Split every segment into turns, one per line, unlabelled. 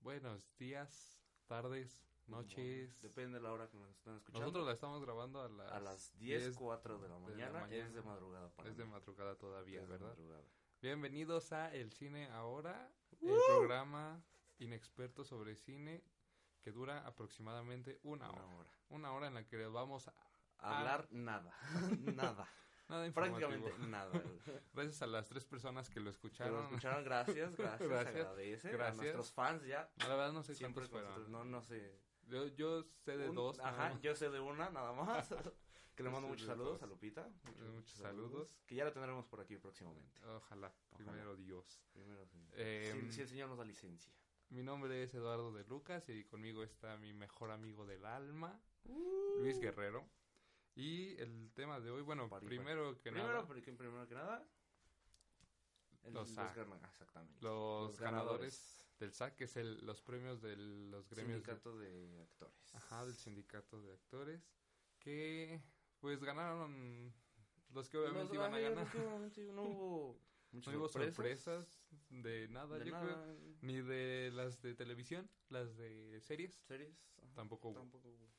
Buenos días, tardes, noches.
Depende de la hora que nos están escuchando.
Nosotros la estamos grabando a las,
a las 10, 4 de la
de la
mañana,
mañana.
es de madrugada para
es
mí.
de madrugada todavía,
Es de
¿verdad?
madrugada.
Bienvenidos a El Cine Ahora, el programa inexperto sobre cine que dura aproximadamente una
Una
hora.
hora.
Una hora en la que vamos a... Ah.
Hablar nada, nada,
Nada informativo.
prácticamente nada. güey.
Gracias a las tres personas que lo
Que lo
escucharon.
escucharon, gracias, gracias,
Gracias,
se agradece.
gracias.
A nuestros fans ya
No, la verdad no sé
siempre
cuántos
con
fueron.
nosotros. No, no sé.
Yo, yo sé de
Un-
dos. nada
Ajá,
más.
yo sé de una nada más. que le
Yo
mando
sé
muchos
de
saludos
dos.
a Lupita. Muchos,
muchos saludos.
Que ya la tendremos por aquí próximamente.
Ojalá, primero Dios.
Primero sí.
Em,
si, si el señor nos da licencia.
Mi nombre es Eduardo de Lucas y conmigo está mi mejor amigo del alma,
Uh.
Luis Guerrero. Y el tema de hoy, bueno,
Paripari.
primero que
Primero,
nada,
pri- primero que nada, el-
Los
los,
sac-
gana- exactamente.
los ganadores del SAC, que es el- los premios de los gremios de-
Sindicato de actores.
ajá, del sindicato de actores, que pues ganaron los que obviamente
Los-
iban a
ay,
ganar.
obviamente no hubo muchas
No hubo sorpresas de nada,
de
yo
nada.
creo. Ni de las de televisión, las de series,
Series. Ajá,
tampoco hubo.
Tampoco hubo.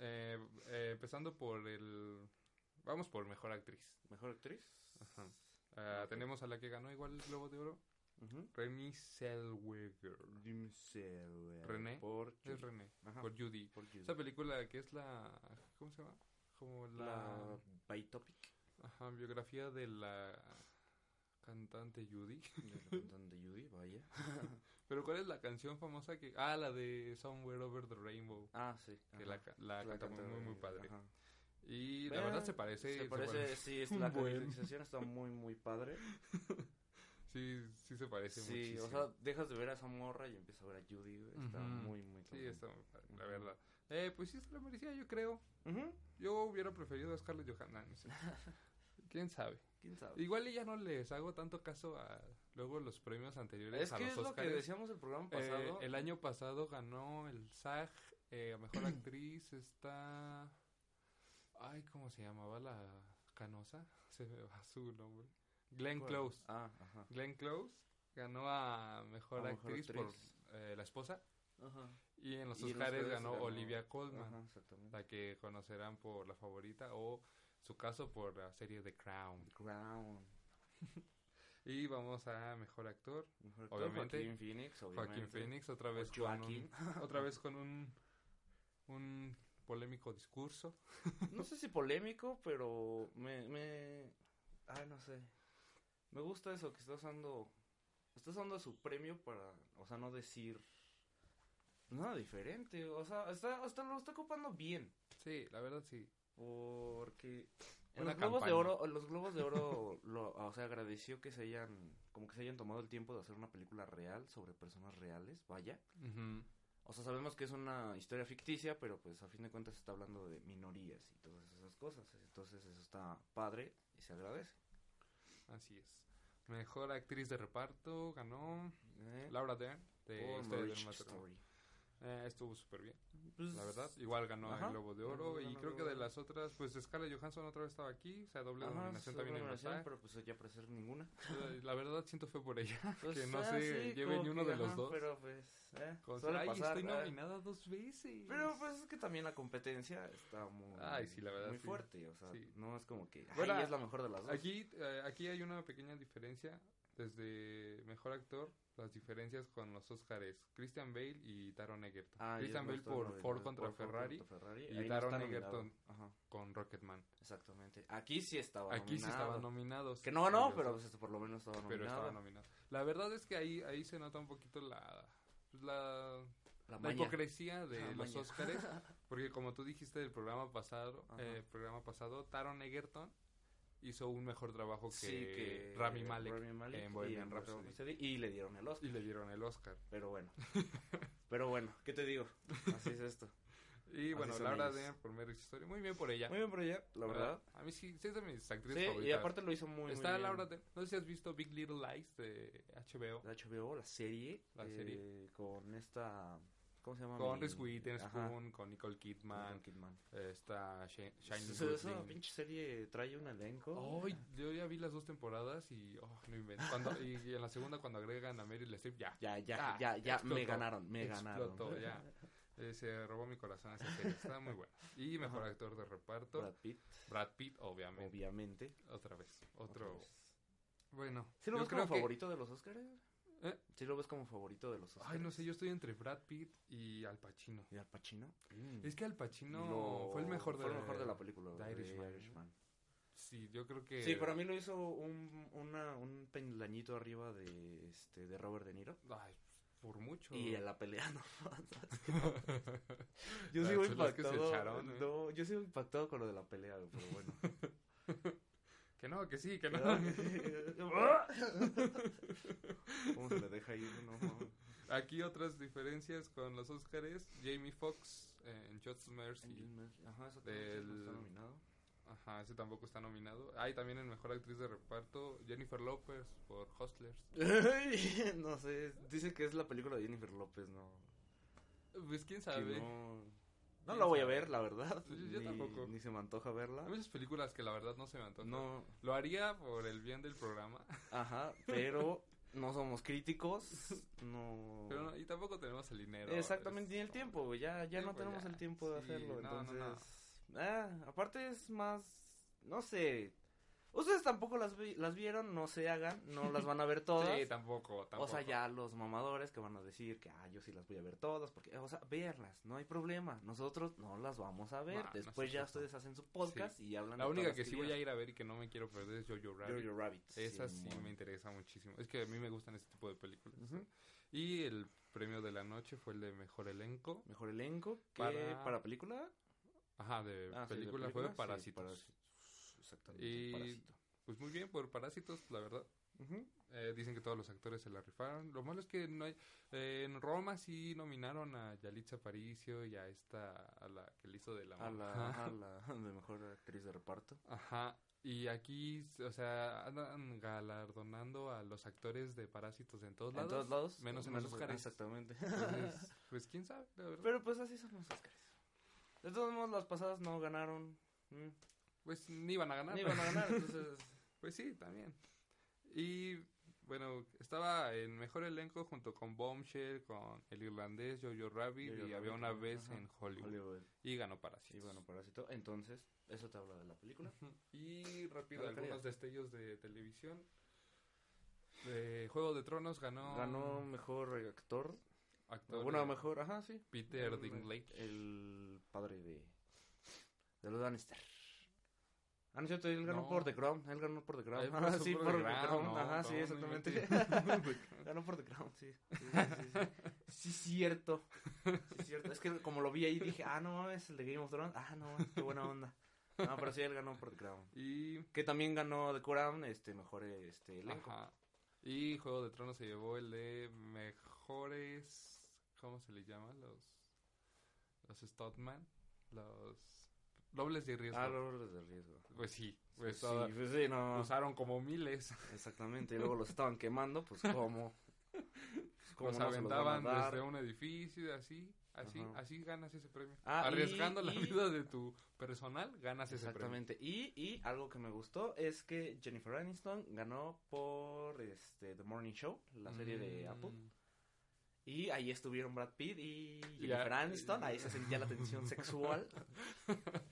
Eh, eh, empezando por el... Vamos por mejor actriz.
Mejor actriz.
Ajá. Ah,
Ok.
Tenemos a la que ganó igual el Globo de Oro,
Ujú.
Renée Zellweger.
Jim Selwyn
René.
Por
Es
Judy.
René,
Ajá,
por Judy.
por Judy.
Esa película que es la... ¿Cómo se llama? Como la...
La Biotopic.
Ajá, biografía de la cantante Judy.
de la cantante Judy, vaya.
Pero ¿cuál es la canción famosa que... Ah, la de Somewhere Over the Rainbow.
Ah, sí.
Que la,
ajá.
ca- la
La
canta muy,
canta
muy, muy
Judy,
padre.
ajá.
Y la
Vean,
verdad se parece...
Se
se
parece, sí, es
un
la
buen.
caracterización está muy, muy padre.
Sí, sí se parece
Sí,
muchísimo.
o sea, dejas de ver a esa morra y empiezas a ver a Judy, güey, Está
Ujú.
muy, muy
Sí,
cabrón.
está muy padre, la
Ujú.
verdad. Eh, pues sí, se la merecía, yo creo.
Ujú,
Yo hubiera preferido a Scarlett Johansson. no sé. ¿Quién sabe?
¿Quién sabe?
Igual y ya no les hago tanto caso a luego los premios anteriores
Es
a
que
los
es lo que
Oscars. eh,
decíamos el programa pasado.
el año pasado ganó el SAG eh, a mejor actriz está ay cómo se llamaba la canosa se me va su nombre Glenn
¿Cuál?
Close
Ah, ajá.
Glenn Close ganó a mejor,
A mejor
actriz,
actriz.
por eh, la esposa
Ajá.
y en los
Y en los
Oscars
Oscars
ganó,
ganó-
Olivia Colman
Ajá, exactamente.
la que conocerán por la favorita o su caso por la serie The Crown
Crown.
y vamos a mejor actor
Mejor actor,
Obviamente.
Joaquín Phoenix, obviamente.
Joaquín Phoenix otra
O
vez con un-
Joaquín.
otra vez con un, un polémico discurso.
No sé si polémico, pero me, me... Ay, no sé. Me gusta eso, que está usando... Está usando su premio para, o sea, no decir nada diferente. O sea, está, está- lo está ocupando bien.
Sí, la verdad sí.
Porque en
Buena
los globos de
campaña.
oro, en los globos de oro, lo- o sea, agradeció que se hayan, como que se hayan tomado el tiempo de hacer una película real sobre personas reales, vaya. O sea, sabemos que es una historia ficticia, pero pues a fin de cuentas está hablando de minorías y todas esas cosas. Entonces eso está padre y se agradece.
Así es. Mejor actriz de reparto ganó
¿eh?
Laura Dern de Historia
Por
del
Marriage
Matrimonio.
Story.
Eh, estuvo súper bien,
Pues,
la verdad. Igual ganó
Ajá.
el Globo de
Ganó-
Oro
ganó
y
el
creo
Globo
que
de
de
Oro.
las otras, pues Scarlett Johansson otra vez estaba aquí, o sea, doble
Ajá,
nominación
sobre
también en el
nominación,
SAG.
pero pues ya parece ninguna.
Eh, La verdad siento fue por ella que
Pues,
no
ah,
se
sí,
lleve
como
ni uno
que,
de los
ajá,
dos.
Pero pues, eh,
Con-
suele
Ay,
pasar,
estoy
ah.
nominada dos veces.
Pero pues es que también la competencia está muy,
Ay, sí, la verdad,
muy
sí.
fuerte. O sea,
Sí.
no es como que ay,
Bueno,
ella es la mejor de las dos.
Aquí, eh, aquí hay una pequeña diferencia desde mejor actor, las diferencias con los Óscares, Christian Bale y Taron Egerton.
Ah, y
Christian
es
Bale
nuestro
por
nominado
Ford contra
por Ford
Ferrari
contra Ferrari.
y
Ahí no
Taron
está nominado.
Egerton.
Ajá,
con Rocketman.
exactamente. Aquí sí estaba
Aquí sí
nominado.
estaban nominados.
Que no ganó,
Ellos
pero
dos,
pues, por lo menos estaba
pero
nominado.
estaban nominados. La verdad es que ahí, ahí se nota un poquito la... pues, La,
la
la
maña.
hipocresía de
La
los
maña.
Óscares, porque como tú dijiste del programa pasado,
Ajá.
eh, programa pasado, Taron Egerton hizo un mejor trabajo que,
Sí, que
Rami Malek en
y,
Bohemian
en
Rhapsody.
Rhapsody, y le dieron el Oscar.
Y le dieron el Oscar.
Pero bueno. Pero bueno, ¿qué te digo? Así es esto.
Y bueno,
son
Laura
ellos.
Dern por Marriage Story, muy bien por ella.
Muy bien por ella, la verdad.
A mí sí, sí es de mis actrices
Sí,
favoritas.
y aparte lo hizo muy,
Está
muy bien.
Laura Dern. No sé si has visto Big Little Lies de HBO.
De HBO, la serie.
La
eh,
serie.
Con esta... ¿Cómo se llama?
Con
mi-
Reese
Ajá,
Witherspoon, con Nicole
Nicole
Kidman,
Kidman.
eh, está Shane Shining
Esa- Esa
Goodwin.
pinche serie trae un elenco.
Ay, yo ya vi las dos temporadas y oh, no invento. Cuando- y, y en la segunda cuando agregan a Meryl Streep ya
Ya, ya,
Ah,
ya, ya, me
explotó,
ganaron, me
explotó
ganaron.
ya. Eh, se robó mi corazón esa serie, está muy buena. Y mejor
Ajá.
actor de reparto,
Brad
Brad,
Pitt,
Pitt, obviamente,
obviamente.
otra vez,
otra
otro.
vez.
Bueno,
¿Sí lo
yo
ves como
creo que-
favorito de los Oscars?
¿Eh?
¿Sí lo ves como favorito de los Oscars?
Ay, no sé, yo estoy entre Brad Pitt y Al Pacino.
¿Y Al Pacino?
Mm. Es que Al Pacino fue el mejor de
fue el mejor de la película.
de
de
Irishman. Eh,
Irishman.
Sí, yo creo que
Sí, para mí lo hizo un, una, un peldañito arriba de, este, de Robert De Niro.
Ay, por mucho.
Y en la pelea no. es que no. yo
Las
sigo
chulas que se
impactado.
echaron, ¿eh?
No, yo sigo impactado con lo de la pelea, güey, pero bueno.
Que no, que sí, que no.
¿Cómo se le deja ir? No, mames.
Aquí otras diferencias con los Oscars. Jamie Foxx eh, en Just Mercy.
Angel Mel- Ajá, eso
Del-
está nominado.
Ajá, ese tampoco está nominado. Hay también en Mejor Actriz de Reparto Jennifer Lopez por Hustlers.
no sé, dice que es la película de Jennifer López, ¿no?
Pues quién
Que
sabe.
no no
¿Quién
la voy a
sabe?
ver, la verdad.
Yo- yo
ni,
tampoco.
Ni se me antoja verla.
Hay muchas películas que la verdad no se me antojan.
No,
Lo haría por el bien del programa.
ajá, pero no somos críticos. No.
Pero no- y tampoco tenemos el dinero.
Exactamente, ni
Es-
el tiempo, güey. Ya, ya
Sí,
no
pues,
tenemos
ya.
el tiempo de
Sí, no,
hacerlo.
no,
Entonces.
no.
Ah, aparte es más. No sé. Ustedes tampoco las, vi- las vieron, no se hagan, no las van a ver todas.
Sí, tampoco, tampoco.
O sea, ya los mamadores que van a decir que, ah, yo sí las voy a ver todas, porque, o sea, verlas, no hay problema. Nosotros no las vamos a ver.
No, no
Después
es cierto.
ya ustedes hacen su podcast y hablan
La
de
única
todas
que
las
sí voy a
vieron.
ir a ver y que no me quiero perder es Jojo Rabbit.
Jojo Rabbit.
Esa sí
Simón.
me interesa muchísimo. Es que a mí me gustan ese tipo de películas.
Ujú.
Y el premio de la noche fue el de mejor elenco.
Mejor elenco que
Para-
para, película.
Ajá, de,
Ah, sí, de
película,
película,
fue
sí,
Parásitos.
Parasi- Exactamente,
Y-
Parásito.
Pues muy bien por Parásitos, la verdad.
Ujú.
Eh, dicen que todos los actores se la rifaron. Lo malo es que no hay... eh, en Roma sí nominaron a Yalitza Aparicio y a esta, a la que le hizo de la
A
mamá.
la, a la de mejor actriz de reparto.
Ajá. Y aquí, o sea, andan galardonando a los actores de Parásitos en todos
En
lados.
todos lados.
menos en los Óscares.
Exactamente.
Entonces, pues quién sabe, la verdad.
Pero pues así son los Óscares. De todos modos, las pasadas no ganaron. Mm.
Pues ni iban a ganar.
Ni
pero-
iban a ganar, entonces...
Pues sí, también. Y bueno, estaba en mejor elenco junto con Bombshell, con El Irlandés, Jojo Rabbit
Jojo
y
Rabbit,
había una
ajá.
vez en Hollywood.
Hollywood.
Y ganó Parásitos.
Y bueno, Parásito. Entonces, eso te habla de la película.
Ujú. Y rápido,
Ahora,
algunos
calidad.
destellos de televisión. De Juego de Tronos ganó,
Ganó mejor actor.
actor
Bueno,
eh,
mejor, ajá, sí.
Peter
Mm,
Dinklage.
El padre de. De los Lannister. Ah, no es cierto, él ganó
No.
por The Crown. Él ganó por The Crown.
Él
Ah,
pasó
sí, por, The Crown.
no,
ajá, sí,
no, no
exactamente.
inventes.
ganó por The Crown, sí. Sí, sí, sí, sí. Sí, cierto. Sí, cierto. Es que como lo vi ahí dije, ah, no es el de Game of Thrones. Ah, no, qué buena onda. No, pero sí, él ganó por The Crown.
y,
Que también ganó The Crown, este, mejor este, elenco.
ajá. y Juego de Tronos se llevó el de mejores. ¿Cómo se le llama? Los. Los Stuntman. Los. Dobles de riesgo.
Ah, los roles de riesgo.
Pues sí. Pues
sí,
toda-
pues sí, no.
Usaron como miles.
Exactamente, y luego los estaban quemando, pues cómo. Pues, ¿cómo
Los
no se los van a
aventaban
dar?
desde un edificio, así. Así,
Ajá.
así ganas ese premio.
Ah, y-
Arriesgando la
y-
vida de tu personal, ganas ese premio.
Exactamente, y, y algo que me gustó es que Jennifer Aniston ganó por este The Morning Show, la serie de Apple.
Mm.
Y ahí estuvieron Brad Pitt y
Y
Jennifer
a-
Aniston, ahí se sentía la tensión sexual.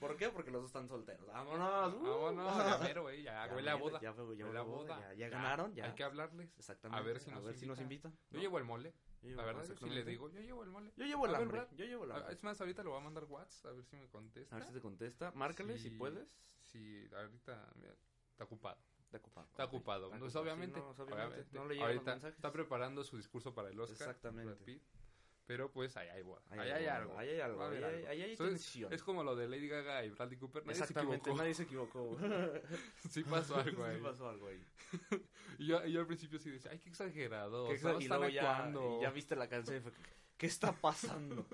¿Por qué? Porque los dos están solteros. ¡Vámonos! ¡uh!
Vámonos, Ah, ya mero, eh, ya
Ya
huele a
mero,
boda.
Ya, huele- ya
Huele
huele
a
a boda,
boda.
ya, ya ganaron, ya.
Hay que hablarles.
Exactamente.
A ver si nos
invitan.
Yo
¿no?
llevo el mole.
Yo llevo-
La verdad, yo sí le
exactamente.
digo, yo llevo el mole.
Yo llevo el
A ver,
hambre.
Brad.
Yo llevo el
A-
hambre.
Es más, ahorita lo voy a mandar WhatsApp a ver si me contesta.
A ver si te contesta. Márcale si
Sí.
puedes.
Sí, ahorita mira, está ocupado.
Está ocupado.
Está ocupado.
Está
Pues,
ocupado. Sí,
obviamente,
no, pues, obviamente,
obviamente.
no le llegan los
ahorita
mensajes.
está preparando su discurso para el Oscar.
Exactamente.
Brad Pitt. Pero pues ahí hay, algo,
Ahí
ahí hay algo.
Ahí hay algo.
Va a
Ahí
haber
hay,
algo.
ahí hay
Entonces,
tensión.
Es como lo de Lady Gaga y Bradley Cooper. Nadie
Exactamente,
se equivocó.
nadie se equivocó.
Sí pasó algo
Sí
ahí.
pasó algo ahí.
Y yo, y yo al principio sí decía, ay, qué exagerado.
Que
o sea,
y
están
luego ya,
actuando.
ya viste la canción y fue, ¿qué está pasando?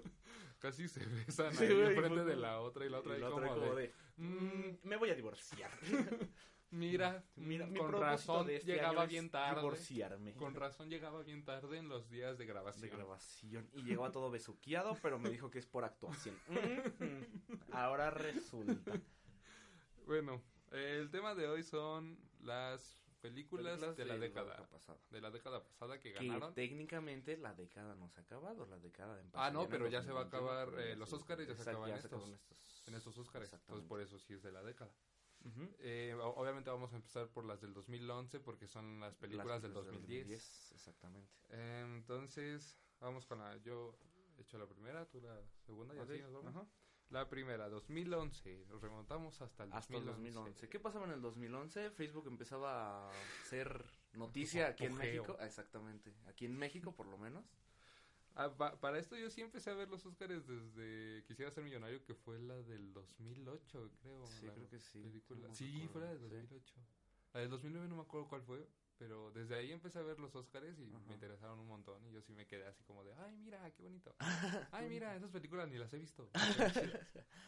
Casi se besan
Sí,
ahí
güey,
enfrente
fue
de
como-
la otra y la otra
Y
ahí
la
como,
otra ahí
de,
mm,
"Mm,
me voy a divorciar.
mira,
Mira,
mm,
mi
con
propósito
razón
de este año
llegaba
es
bien tarde.
divorciarme.
Con razón llegaba bien tarde en los días de
de
grabación.
grabación y llegaba todo besuqueado, pero me dijo que es por actuación. Mm, Ahora resulta.
Bueno, el tema de hoy son las películas, de la década.
pasada.
de la década pasada que
Que
ganaron.
técnicamente la década no se ha acabado, la década de
Ah, no,
en
pero ya se va a
2021,
acabar,
pero
eh,
ya
los
se-
Óscares ya se
exacto,
acaban
se
estos-
acaban estos.
En estos Óscares. Entonces,
Exactamente.
por eso sí es de la década.
Ujú.
Eh, o- obviamente vamos a empezar por las del 2011 porque son las películas
Las
del 2010.
2010, Exactamente.
Eh, entonces, vamos con la... Yo he hecho la primera, tú la segunda y
Ok,
así nos vamos.
Ah, ajá.
La primera, 2011. Nos remontamos hasta el
Hasta el 2011.
2011.
¿Qué pasaba en el 2011? Facebook empezaba a ser noticia aquí en
Apogeo.
México. Ah, Exactamente. Aquí en México, por lo menos.
Ah, pa- para esto yo sí empecé a ver los Óscares desde Quisiera ser millonario, que fue la del 2008, creo.
Sí,
la
creo que sí.
película.
No me
sí,
acuerdo.
fue la del
Sí.
2008. La del 2009 no me acuerdo cuál fue, pero desde ahí empecé a ver los Óscares y
Ajá.
me interesaron un montón. Y yo sí me quedé así como de, ay, mira, qué bonito. Ay, mira, esas películas ni las he visto.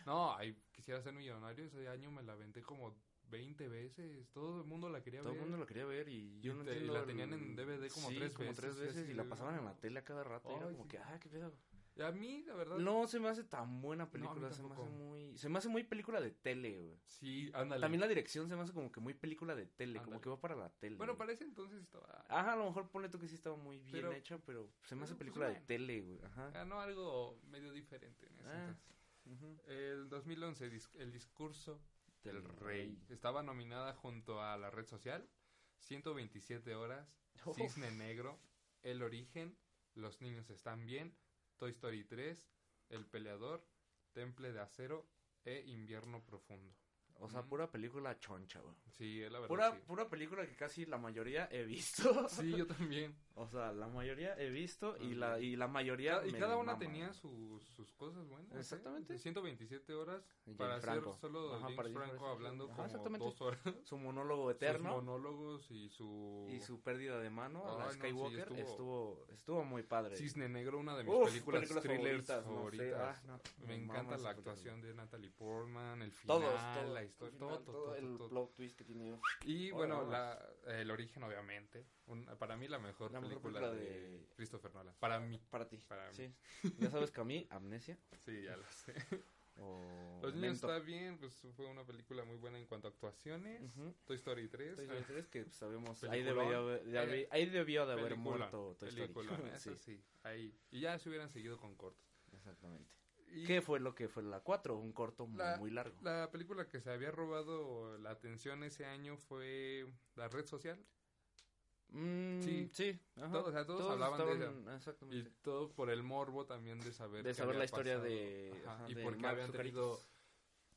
no, ay, quisiera ser millonario. Ese año me la venté como 20 veces. Todo el mundo la quería
Todo el
ver.
mundo lo quería ver y yo
Y
no
te- y
entiendo.
la
el-
tenían en DVD como
Sí,
tres veces,
tres
y así
veces y
de-
la pasaban en la tele a cada rato. y era
Ay,
como
sí.
que, ah, qué pedo.
Y a mí, la verdad.
No se me hace tan buena
mí
película. se me hace
tampoco.
muy. Se me hace muy película de tele, güey.
Sí, ándale.
También la dirección se me hace como que muy película de tele, como
Ándale.
que va para la tele.
Bueno,
güey.
para ese entonces estaba.
Ajá, a lo mejor ponle tú que sí estaba muy bien
Pero-
hecha, pero se me hace
pero, pues,
película de
bueno. Ah.
tele, güey. Ajá.
Ganó algo medio diferente en ese
Ah.
entonces.
Ujú.
El 2011, dis- El discurso del rey. Estaba nominada junto a La Red Social, 127 horas,
Uf.
Cisne Negro, El Origen, Los Niños Están Bien, Toy Story 3, El Peleador, Temple de Acero e Invierno Profundo.
O sea,
Mm.
pura película choncha, güey.
Sí, es la verdad.
Pura,
sí.
pura película que casi la mayoría he visto.
Sí, yo también.
O sea, la mayoría he visto y
Ah,
la,
bien.
y la mayoría.
Ca- y
me
cada una
mama.
tenía sus, sus cosas buenas. ¿eh?
Exactamente.
127 horas
James
para hacer
Franco.
solo
Ajá,
James
para James
Franco
Franco.
hablando
Ajá,
como
exactamente.
dos horas.
Su monólogo
Sus
eterno
monólogos y su...
y su pérdida de mano a la
Ay, no, sí,
Skywalker
estuvo-
estuvo... estuvo muy padre.
Cisne Negro, una de mis
Uf,
películas, thrillers favoritas.
no sé, ah, no,
Me
mama
encanta
esa
la
película.
actuación de Natalie Portman, el final,
Todos, todos,
la
el
historia,
final,
todo, todo, todo,
el
todo.
plot Oh, twist que tiene.
Y
Ahora
bueno,
vamos.
la- el origen, obviamente. Un- para mí, la mejor
La mejor
película
película
de...
de-
Christopher Nolan. Para mí,
Para ti.
Para mí.
sí. Ya sabes que a mí, amnesia.
sí, ya lo sé.
O
Los niños
Memento.
está bien, pues fue una película muy buena en cuanto a actuaciones.
Ujú.
Toy Story 3.
Mm. Toy Story 3 que pues, sabemos. Ahí
Peliculón. Eh,
debió, haber- de haber- ahí debió de haber
Peliculón,
muerto Toy Story.
peliculón,
Sí,
eso sí, ahí. Y ya se hubieran seguido con cortos.
exactamente.
Y-
¿Qué fue lo que fue la 4? Un corto muy,
La-
muy largo.
La película que se había robado la atención ese año fue La Red Social.
Mm,
Sí.
sí. ajá.
Todo- o sea, todos hablaban de Y
Exactamente.
todo por el morbo también de saber.
De
qué
saber
había
la historia
pasado.
de-
Ajá,
ajá,
y
de
porque
Mark
habían
Zuckerberg.
tenido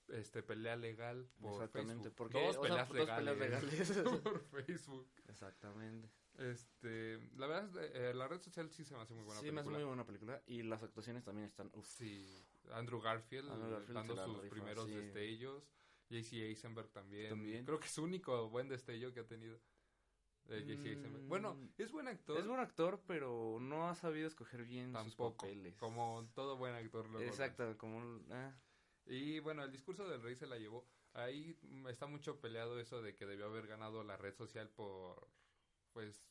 este, pelea legal por
Exactamente.
Facebook.
Porque,
dos,
o sea,
peleas
dos peleas
legales
legales.
por Facebook.
exactamente.
Este, la verdad, es de- eh, La Red Social sí se me hace muy buena
sí, me hace
película.
muy buena película. Y las actuaciones también están. Uf.
Sí, Andrew Garfield,
Andrew Garfield
dando
se la
sus
rifa,
primeros
sí.
destellos. JC Eisenberg también.
También.
Creo que es su único buen destello que ha tenido. eh, J.C. Eisenberg. Bueno,
Mm.
es buen actor.
Es buen actor, pero no ha sabido escoger bien sus
tampoco.
papeles.
Como todo buen actor. luego, ¿no?
Exacto, como. un- ah,
Y bueno, el discurso del rey se la llevó. Ahí mm, está mucho peleado eso de que debió haber ganado la red social por. Pues.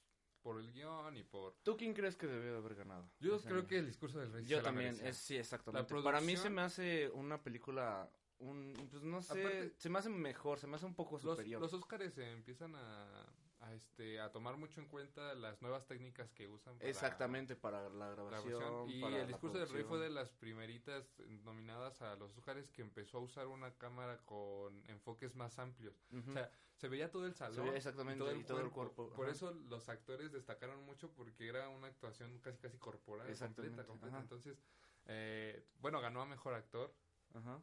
Por el guión y por.
¿Tú quién crees que debió de haber ganado?
Yo
ese
creo
año?
que el discurso del rey
Yo
se la
también,
merecía.
es- sí, exactamente.
La
Para mí se
producción-
me hace una película, un, pues no sé,
Aparte-
se me hace mejor, se me hace un poco
Los,
superior.
los Óscares eh, empiezan a, a, este, a tomar mucho en cuenta las nuevas técnicas que usan para
Exactamente, para la
la
grabación.
grabación. Y
para
el
la
discurso del rey fue de
producción.
las primeritas nominadas a los Óscares que empezó a usar una cámara con enfoques más amplios.
Ujú.
O sea, se veía todo el
Se
salón.
ve exactamente,
y todo el,
cuerpo.
cuerpo. Por
ajá.
eso los actores destacaron mucho porque era una actuación casi casi corporal,
Exactamente,
completa, completa.
ajá.
Entonces, eh, bueno, ganó a mejor actor.
Ajá.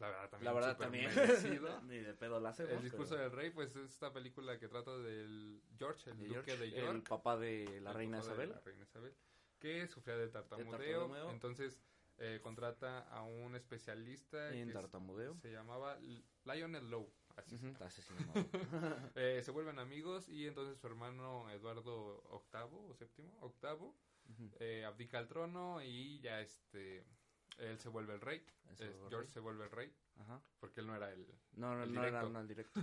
La verdad también.
La verdad
súper
también.
merecido.
Ni de pedo la hacemos.
El discurso
pero-
del rey, pues es esta película que trata del George, el
de
duque
George,
de
el
York.
papá de la
el
reina
papá de
Isabel.
la reina Isabel. que sufría de tartamudeo.
tartamudeo.
Entonces eh, contrata a un especialista
en
que es-
tartamudeo.
se llamaba L- Lionel Lowe. Así.
Ujú, está asesinado.
Eh, se vuelven amigos y entonces su hermano Eduardo octavo o séptimo octavo
Ujú,
eh, abdica al trono y ya este él se vuelve el rey.
Él se
Es-
vuelve el
George
rey.
se vuelve el rey
Ajá.
porque él no era el
No, no,
El
no era
directo.
no, el directo.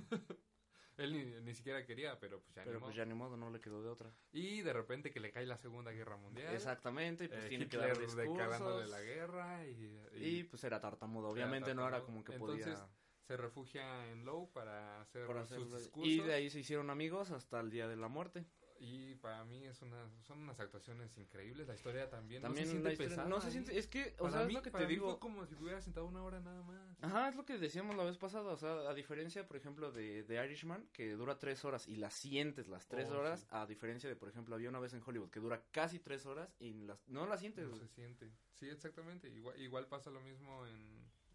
él ni, ni siquiera quería pero pues ya
Pero
ni
pues
modo.
ya ni modo, no le quedó de otra.
y de repente que le cae la segunda guerra mundial
Exactamente, y pues
eh,
tiene que
Hitler
dar
declarándole
discursos.
la guerra y, y
Y pues era tartamudo, obviamente no era
tartamudo.
como que
Entonces,
podía...
se refugia en Lowe para hacer
por
sus
hacerlo.
discursos
Y de ahí se hicieron amigos hasta el día de la muerte.
Y para mí es una, son unas actuaciones increíbles. La historia también,
También
no se
una
siente
historia-
pesada.
no se
¿eh?
siente, es que, o
Para
sea,
mí-
es lo que
para
te
mí fue
digo.
como si hubiera sentado una hora nada más.
Ajá, es lo que decíamos la vez pasada, o sea, a diferencia, por ejemplo, de, de Irishman, que dura tres horas y las sientes las tres
Oh,
horas,
sí.
a diferencia de, por ejemplo, había una vez en Hollywood que dura casi tres horas y las, no las sientes.
No se siente. Sí, exactamente. Igual, igual pasa lo mismo en,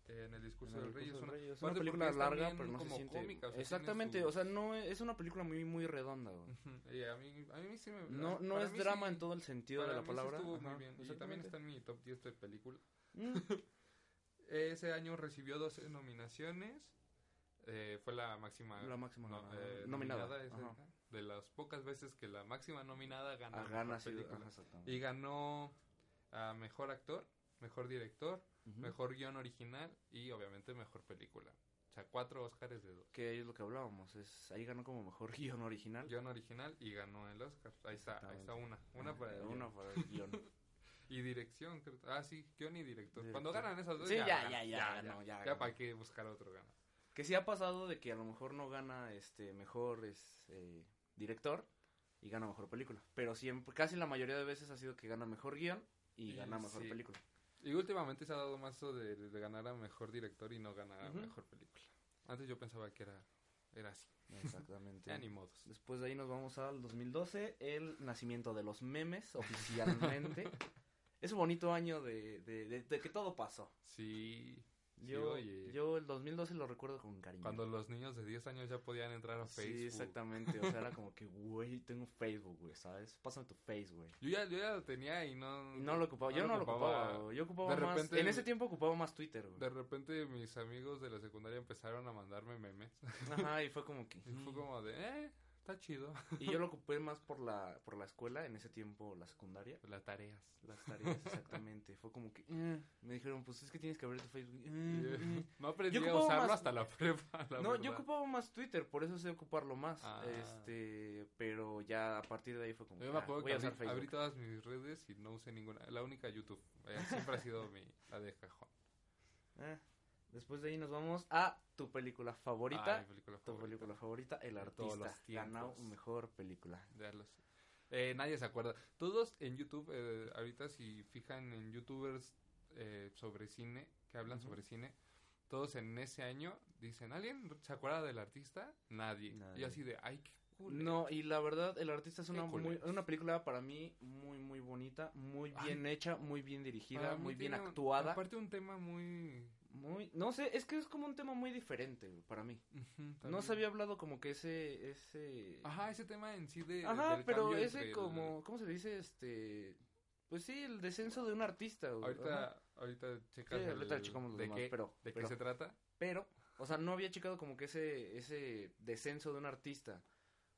en pues, el discurso
En el
del rey.
Discurso
Es
del
una,
Rey, es una
aparte
película
porque es
larga,
también
pero no se
como
siente.
cómica, o sea, tiene
Exactamente,
su-
o sea, no es es una película muy, muy redonda. güey.
Y a mí, a mí sí me...
No, no
para
es
mí
drama
sí-
en todo el sentido de
para
la
mí sí
palabra.
estuvo muy
Ajá,
bien. Y también
exactamente.
está en mi top 10 de películas.
Mm.
Ese año recibió 12 nominaciones. Eh, fue la máxima,
La máxima
no-
ganadora.
eh,
nominada.
es-
ajá.
de las pocas veces que la máxima nominada gana
Ah,
mejor
gana, sí,
película.
ajá, exactamente.
Y ganó a mejor actor, mejor director,
Ujú.
mejor guión original y obviamente mejor película. O sea, cuatro Oscars de dos.
Que es lo que hablábamos, es ahí ganó como mejor guión original.
Guión original y ganó el Oscar. Ahí está, ahí está una. Una
Ah,
para el
una
guión.
para el guión.
Y dirección, creo. Ah, sí, guión y director.
Director.
Cuando ganan esas dos,
Sí, ya,
ganan,
ya, ya, ganó, ya ganó.
para qué buscar otro gana.
que sí ha pasado de que a lo mejor no gana este mejor es, eh, director y gana mejor película, pero siempre casi la mayoría de veces ha sido que gana mejor guión y
Y
gana mejor
sí.
película.
Y últimamente se ha dado más eso de, de ganar a mejor director y no ganar a
Ujú.
mejor película. Antes yo pensaba que era, era así.
Exactamente.
Ya ni modos.
Después de ahí nos vamos al 2012, el nacimiento de los memes oficialmente. es un bonito año de, de- de- de que todo pasó.
Sí. Sí,
Yo,
oye.
yo el 2012 lo recuerdo con cariño.
Cuando los niños de 10 años ya podían entrar a Facebook.
Sí, exactamente. O sea, era como que, güey, tengo Facebook, güey, ¿sabes? Pásame tu Facebook, güey.
Yo ya, yo ya lo tenía y no...
Y No lo ocupaba, yo no lo ocupaba, güey. yo ocupaba
Ah, De
más,
repente-
en ese tiempo ocupaba más Twitter, güey.
De repente mis amigos de la secundaria empezaron a mandarme memes.
Ajá, y fue como que,
Y fue como de, eh, está chido.
y yo lo ocupé más por la, por la escuela, en ese tiempo la secundaria,
Las tareas.
las tareas exactamente, fue como que, eh, me dijeron, pues es que tienes que abrir tu Facebook,
Y,
eh,
eh,
eh.
no aprendí a
Yo ocupaba
usarlo
más-
hasta la prepa, la
No, yo
verdad.
ocupaba más Twitter, por eso sé ocuparlo más,
Ah.
este, pero ya a partir de ahí fue como,
Yo
que,
me
ah,
acuerdo
voy
que
a
abrí,
usar Facebook.
abrí todas mis redes y no usé ninguna. La única YouTube. Eh, siempre ha sido mi, la de cajón.
Eh, Después de ahí nos vamos a tu película favorita,
Ah, mi película
tu
favorita.
película favorita, El
De todos
Artista,
los
ganó
tiempos.
mejor película.
Ya lo sé. Eh, nadie se acuerda. Todos en YouTube, eh, ahorita si fijan en youtubers eh, sobre cine, que hablan
Ujú.
sobre cine, todos en ese año dicen, ¿alguien se acuerda del artista? Nadie. Y
Nadie.
así de, ay, qué cool.
No, y la verdad, El Artista es una,
Qué culero.
muy- una película para mí muy, muy bonita, muy
Ay.
bien hecha, muy bien dirigida,
Para mí
muy bien
tiene un-
actuada.
aparte un tema muy...
Muy, no sé, es que es como un tema muy diferente güey, para mí.
Ujú,
No
también.
se había hablado como que ese... ese...
Ajá, ese tema en sí de...
Ajá,
del
pero
cambio
ese
entre el-
como... ¿Cómo se le dice? Este... Pues sí, el descenso de un artista. güey, ajá.
Ahorita, ahorita checas
Sí, ahorita
el-
checamos los
de
demás,
qué-
pero-
¿De qué
pero-
se trata?
Pero, o sea, no había checado como que ese, ese descenso de un artista.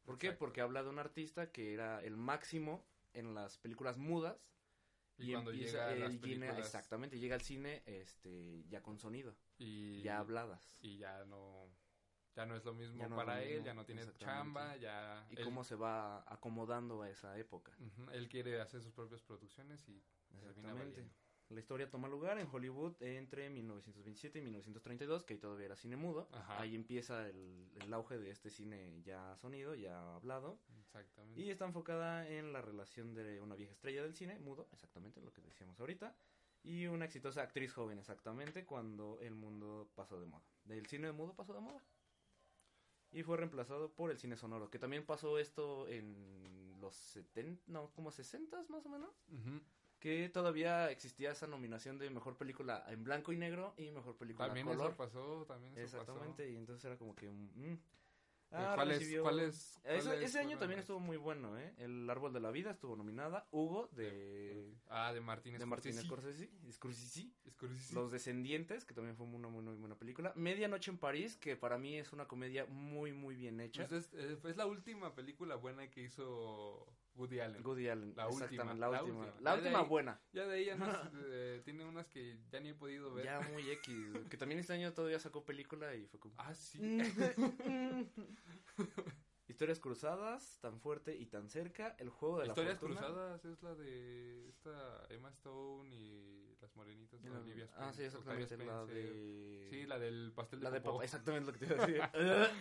¿Por qué?
Exacto.
Porque habla de un artista que era el máximo en las películas mudas
Y, cuando
empieza-
llega a las
él llena-
películas
exactamente, llega al cine este ya con sonido,
y
ya habladas.
y ya no ya no es lo mismo
Ya no es
para
lo
él,
mismo,
ya no tiene
exactamente.
chamba, ya
Y
él,
cómo se va acomodando a esa época.
Ujú, él quiere hacer sus propias producciones y termina
Exactamente.
valiendo.
La historia toma lugar en Hollywood entre 1927 y 1932, que ahí todavía era cine mudo.
Ajá.
Ahí empieza el, el auge de este cine ya sonido, ya hablado.
Exactamente.
Y está enfocada en la relación de una vieja estrella del cine, mudo, exactamente lo que decíamos ahorita, y una exitosa actriz joven, exactamente, cuando el mundo pasó de moda. Del cine mudo pasó de moda. Y fue reemplazado por el cine sonoro, que también pasó esto en los 70, no, como 60 más o menos,
Ujú.
que todavía existía esa nominación de mejor película en blanco y negro y mejor película en
También
color.
eso pasó, también eso
exactamente, y entonces era como que... mm,
pasó. Eh,
ah,
¿Cuál, es,
recibió-
cuál es-
eso-
cuáles
ese año
fueron
también
las-
estuvo muy bueno, ¿eh? El Árbol de la Vida estuvo nominada. Hugo, de,
De- Ah, de Martínez
de Martin Scorsese, Scorsese. Los Descendientes, que también fue una muy, muy buena película. Medianoche en París, que para mí es una comedia muy, muy bien hecha.
es, eh, es la última película buena que hizo Woody Allen.
Woody Allen,
La última,
exactamente, la
la
última.
última.
La
Ya de
última
ahí-
buena.
Ya de ella no es, eh, tiene unas que ya ni he podido ver.
Ya muy X. güey, Que también este año todavía sacó película y fue como...
Ah,
Mm,
sí.
Historias cruzadas, tan fuerte y tan cerca. El juego de
Historias
la fortuna.
Cruzadas es la de esta Emma Stone y las morenitas de
Ah,
Olivia
Ah, sí,
Spence, Octavia
exactamente. La
Spencer.
de...
Sí, la del pastel de
La de
popó.
papá, exactamente lo que te iba a decir.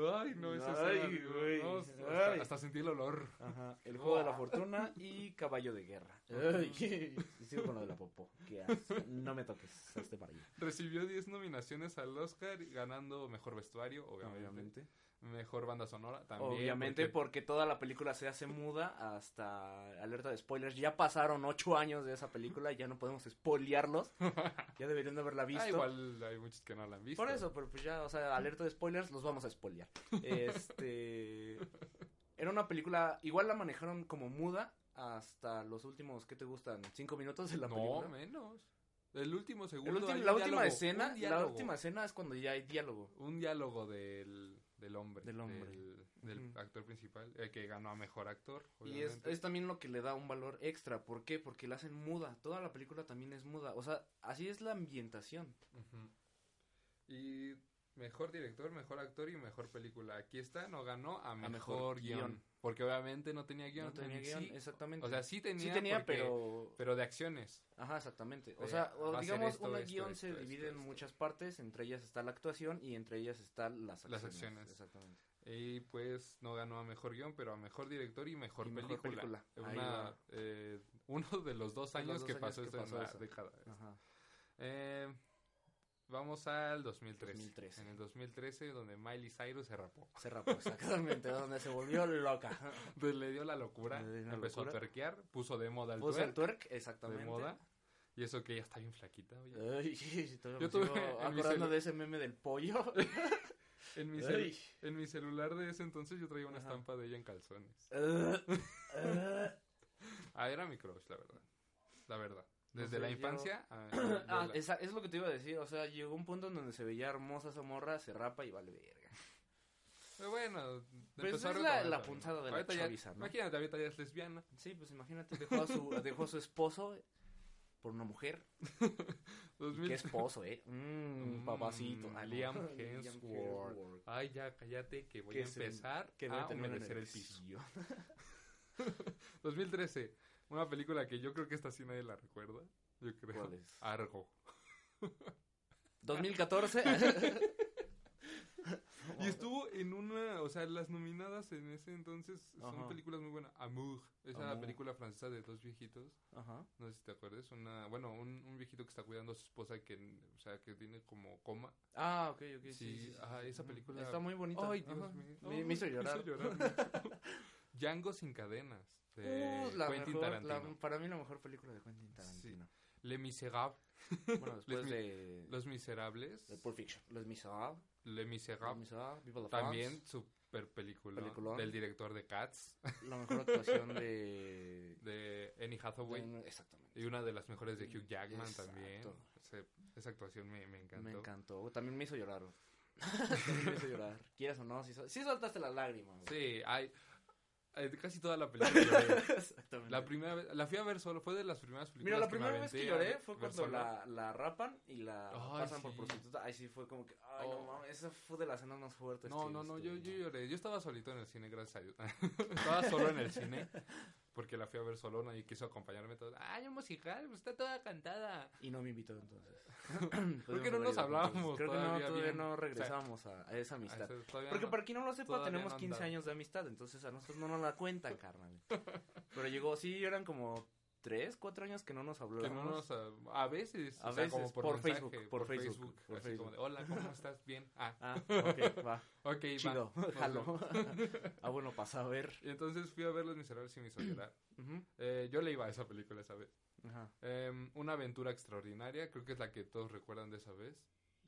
Ay, no, esa escena,
Ay,
digo,
güey,
no, hasta,
ay.
hasta sentí el olor.
Ajá, El juego de la fortuna y caballo de guerra. Ay, y sigo con lo de la popó. Qué asco. No me toques. Hazte para allá.
Recibió 10 nominaciones al Oscar, ganando Mejor Vestuario, obviamente.
Obviamente.
Mejor Banda Sonora, también.
Obviamente,
porque-
porque toda la película se hace muda hasta alerta de spoilers. Ya pasaron ocho años de esa película, ya no podemos spoilearlos. Ya deberían de haberla visto.
Ah, igual hay muchos que no la han visto.
Por eso, pero pues ya, o sea, alerta de spoilers, los vamos a spoilear. Este. Era una película, igual la manejaron como muda hasta los últimos, ¿qué te gustan? ¿Cinco minutos de pues, la
no,
película?
menos. El último
El
segundo.
último-
hay un
la última
diálogo,
escena,
un
la
diálogo.
última escena es cuando ya hay diálogo.
Un diálogo del, del hombre.
Del hombre.
Del, del
Ujú.
actor principal, eh, que ganó a mejor actor.
Y es,
obviamente.
es también lo que le da un valor extra. ¿Por qué? Porque la hacen muda. Toda la película también es muda. O sea, así es la ambientación.
Ujú. Y mejor director, mejor actor y mejor película. Aquí está, no ganó a mejor,
mejor
guión.
guión.
Porque obviamente no tenía guión.
no tenía
en
guión,
sí.
exactamente.
O sea, sí tenía,
sí tenía,
porque-
pero...
pero de acciones.
Ajá, exactamente. O
de,
sea, o
va a ser
digamos,
esto,
un
esto,
guión
esto,
se
esto,
divide en
esto.
muchas partes. Entre ellas está la actuación y entre ellas están las acciones.
Las acciones.
Exactamente.
Y pues no ganó a mejor guión, pero a mejor director y mejor
Y mejor
película.
película. Ahí
Una,
va.
eh, uno de los dos
De los
años
dos
que
años
pasó
que
esto en
pasó
la
eso.
década.
Ajá.
Eh, vamos al 2013.
2013.
En el 2013, donde Miley Cyrus se rapó.
Se rapó, pues, exactamente. donde se volvió loca.
Pues Le dio la locura,
Le dio la
empezó
locura.
a twerkear, puso de moda el
Puso el
twerk,
twerk,
de
exactamente.
moda. Y eso que ella está bien flaquita, oye.
Ay, sí, todavía
Yo
me
tuve
sigo
en mi
acordando
celu-
de ese meme del pollo.
En mi, cel-
Ay.
en mi celular de ese entonces yo traía una
Ajá.
estampa de ella en calzones.
Ah, ah.
Ah, era mi crush, la verdad. La verdad.
No
Desde
sé,
la
yo-
infancia. a-
Ah,
de la-
esa- es lo que te iba a decir. O sea, llegó un punto en donde se veía hermosa esa morra, se rapa y vale verga.
Pero bueno,
Pero
empezó
esa
a
pues es la-
retomar
la
también.
punzada de la
Ahorita ya-
chaviza, ¿no?
Imagínate, ahorita ya es lesbiana.
Sí, pues imagínate, dejó a su, dejó a su esposo por una mujer. ¿Y
2000...
¿Qué esposo, eh? Mmm,
Mm,
papacito. Ah, no.
Liam Hemsworth. Ay, ya cállate que voy
Que
a
se-
empezar
Que debe
a
tener
humedecer
en
el piso. 2013, una película que yo creo que esta sí nadie la recuerda. Yo creo.
¿Cuál es?
Argo.
2014.
Y estuvo en una, o sea, las nominadas en ese entonces son
Ajá.
películas muy buenas. Amour, esa
Amour.
película francesa de dos viejitos.
Ajá.
No sé si te acuerdas, una, bueno, un, un viejito que está cuidando a su esposa que, o sea, que tiene como coma.
Ah, ok, ok.
Sí,
Sí, sí, sí,
ajá,
sí.
esa
Ujú.
película-
Está muy bonita.
Ay, Dios
Ajá.
mío.
Me, me hizo
Ay,
llorar.
llorar mucho. Django sin cadenas. De
Uh, la
Quentin
mejor- la-
Tarantino.
para mí la mejor película de Quentin Tarantino.
Le Miserable.
Bueno,
Les
después de,
Los Miserables.
de Pulp Fiction. Los Miserables.
Le
Los
Miserable.
Miserables. Viva la
También super película.
Peliculón.
Del director de Cats.
France, La mejor actuación de...
De Annie Hathaway.
de- exactamente.
Y una de las mejores de Hugh Jackman
Exacto.
también. Se- esa actuación me, me encantó.
Me encantó. También me hizo llorar. güey. También me hizo llorar. Quieras o no, si, sol- sí soltaste las lágrimas. güey.
Sí, hay, hay casi toda la película. lloré.
exactamente.
la primera vez, la fui a ver solo, fue de las primeras películas
Mira, la
que me
primera vez que
aventé a
lloré
ver-
fue
ver
cuando
solo.
la, la rapan y la
Ay,
pasan por
sí.
prostituta. Ay, sí, fue como que... Ay,
Oh.
no mames, esa fue de las escenas más fuertes
No,
que he
no, no,
visto,
yo,
güey.
yo lloré. Yo estaba solito en el cine, gracias a Dios. estaba solo en el cine. Porque la fui a ver solo, nadie quiso acompañarme. Todo. ¡Ay, un musical! pues, Está toda cantada.
Y no me invitó entonces.
Creo que
Podríamos
no
haber
nos
ido
hablábamos.
juntos. Creo que no,
todavía
todavía
bien.
no
O sea,
regresamos a, a esa amistad.
Ah, eso todavía
Porque
no.
para quien no lo sepa,
todavía
tenemos
no han
15
dado.
años de amistad, entonces a nosotros no nos la cuentan, carnal. Pero llegó, sí, eran como 3, 4 años que no nos habló.
Que no nos, a, a veces,
A
o sea,
veces,
como por,
por
mensaje,
Facebook,
por
por Facebook,
Facebook,
por
así como de, hola, ¿cómo estás? Bien, ah,
Ah, ok, va,
ok, va,
chido,
nos
jalo.
vemos.
ah, bueno, pasa a ver.
Y entonces fui a ver Los Miserables y me hizo llorar.
Ujú,
Eh, yo le iba a esa película esa vez.
Ajá.
Em, una aventura extraordinaria, creo que es la que todos recuerdan de esa vez,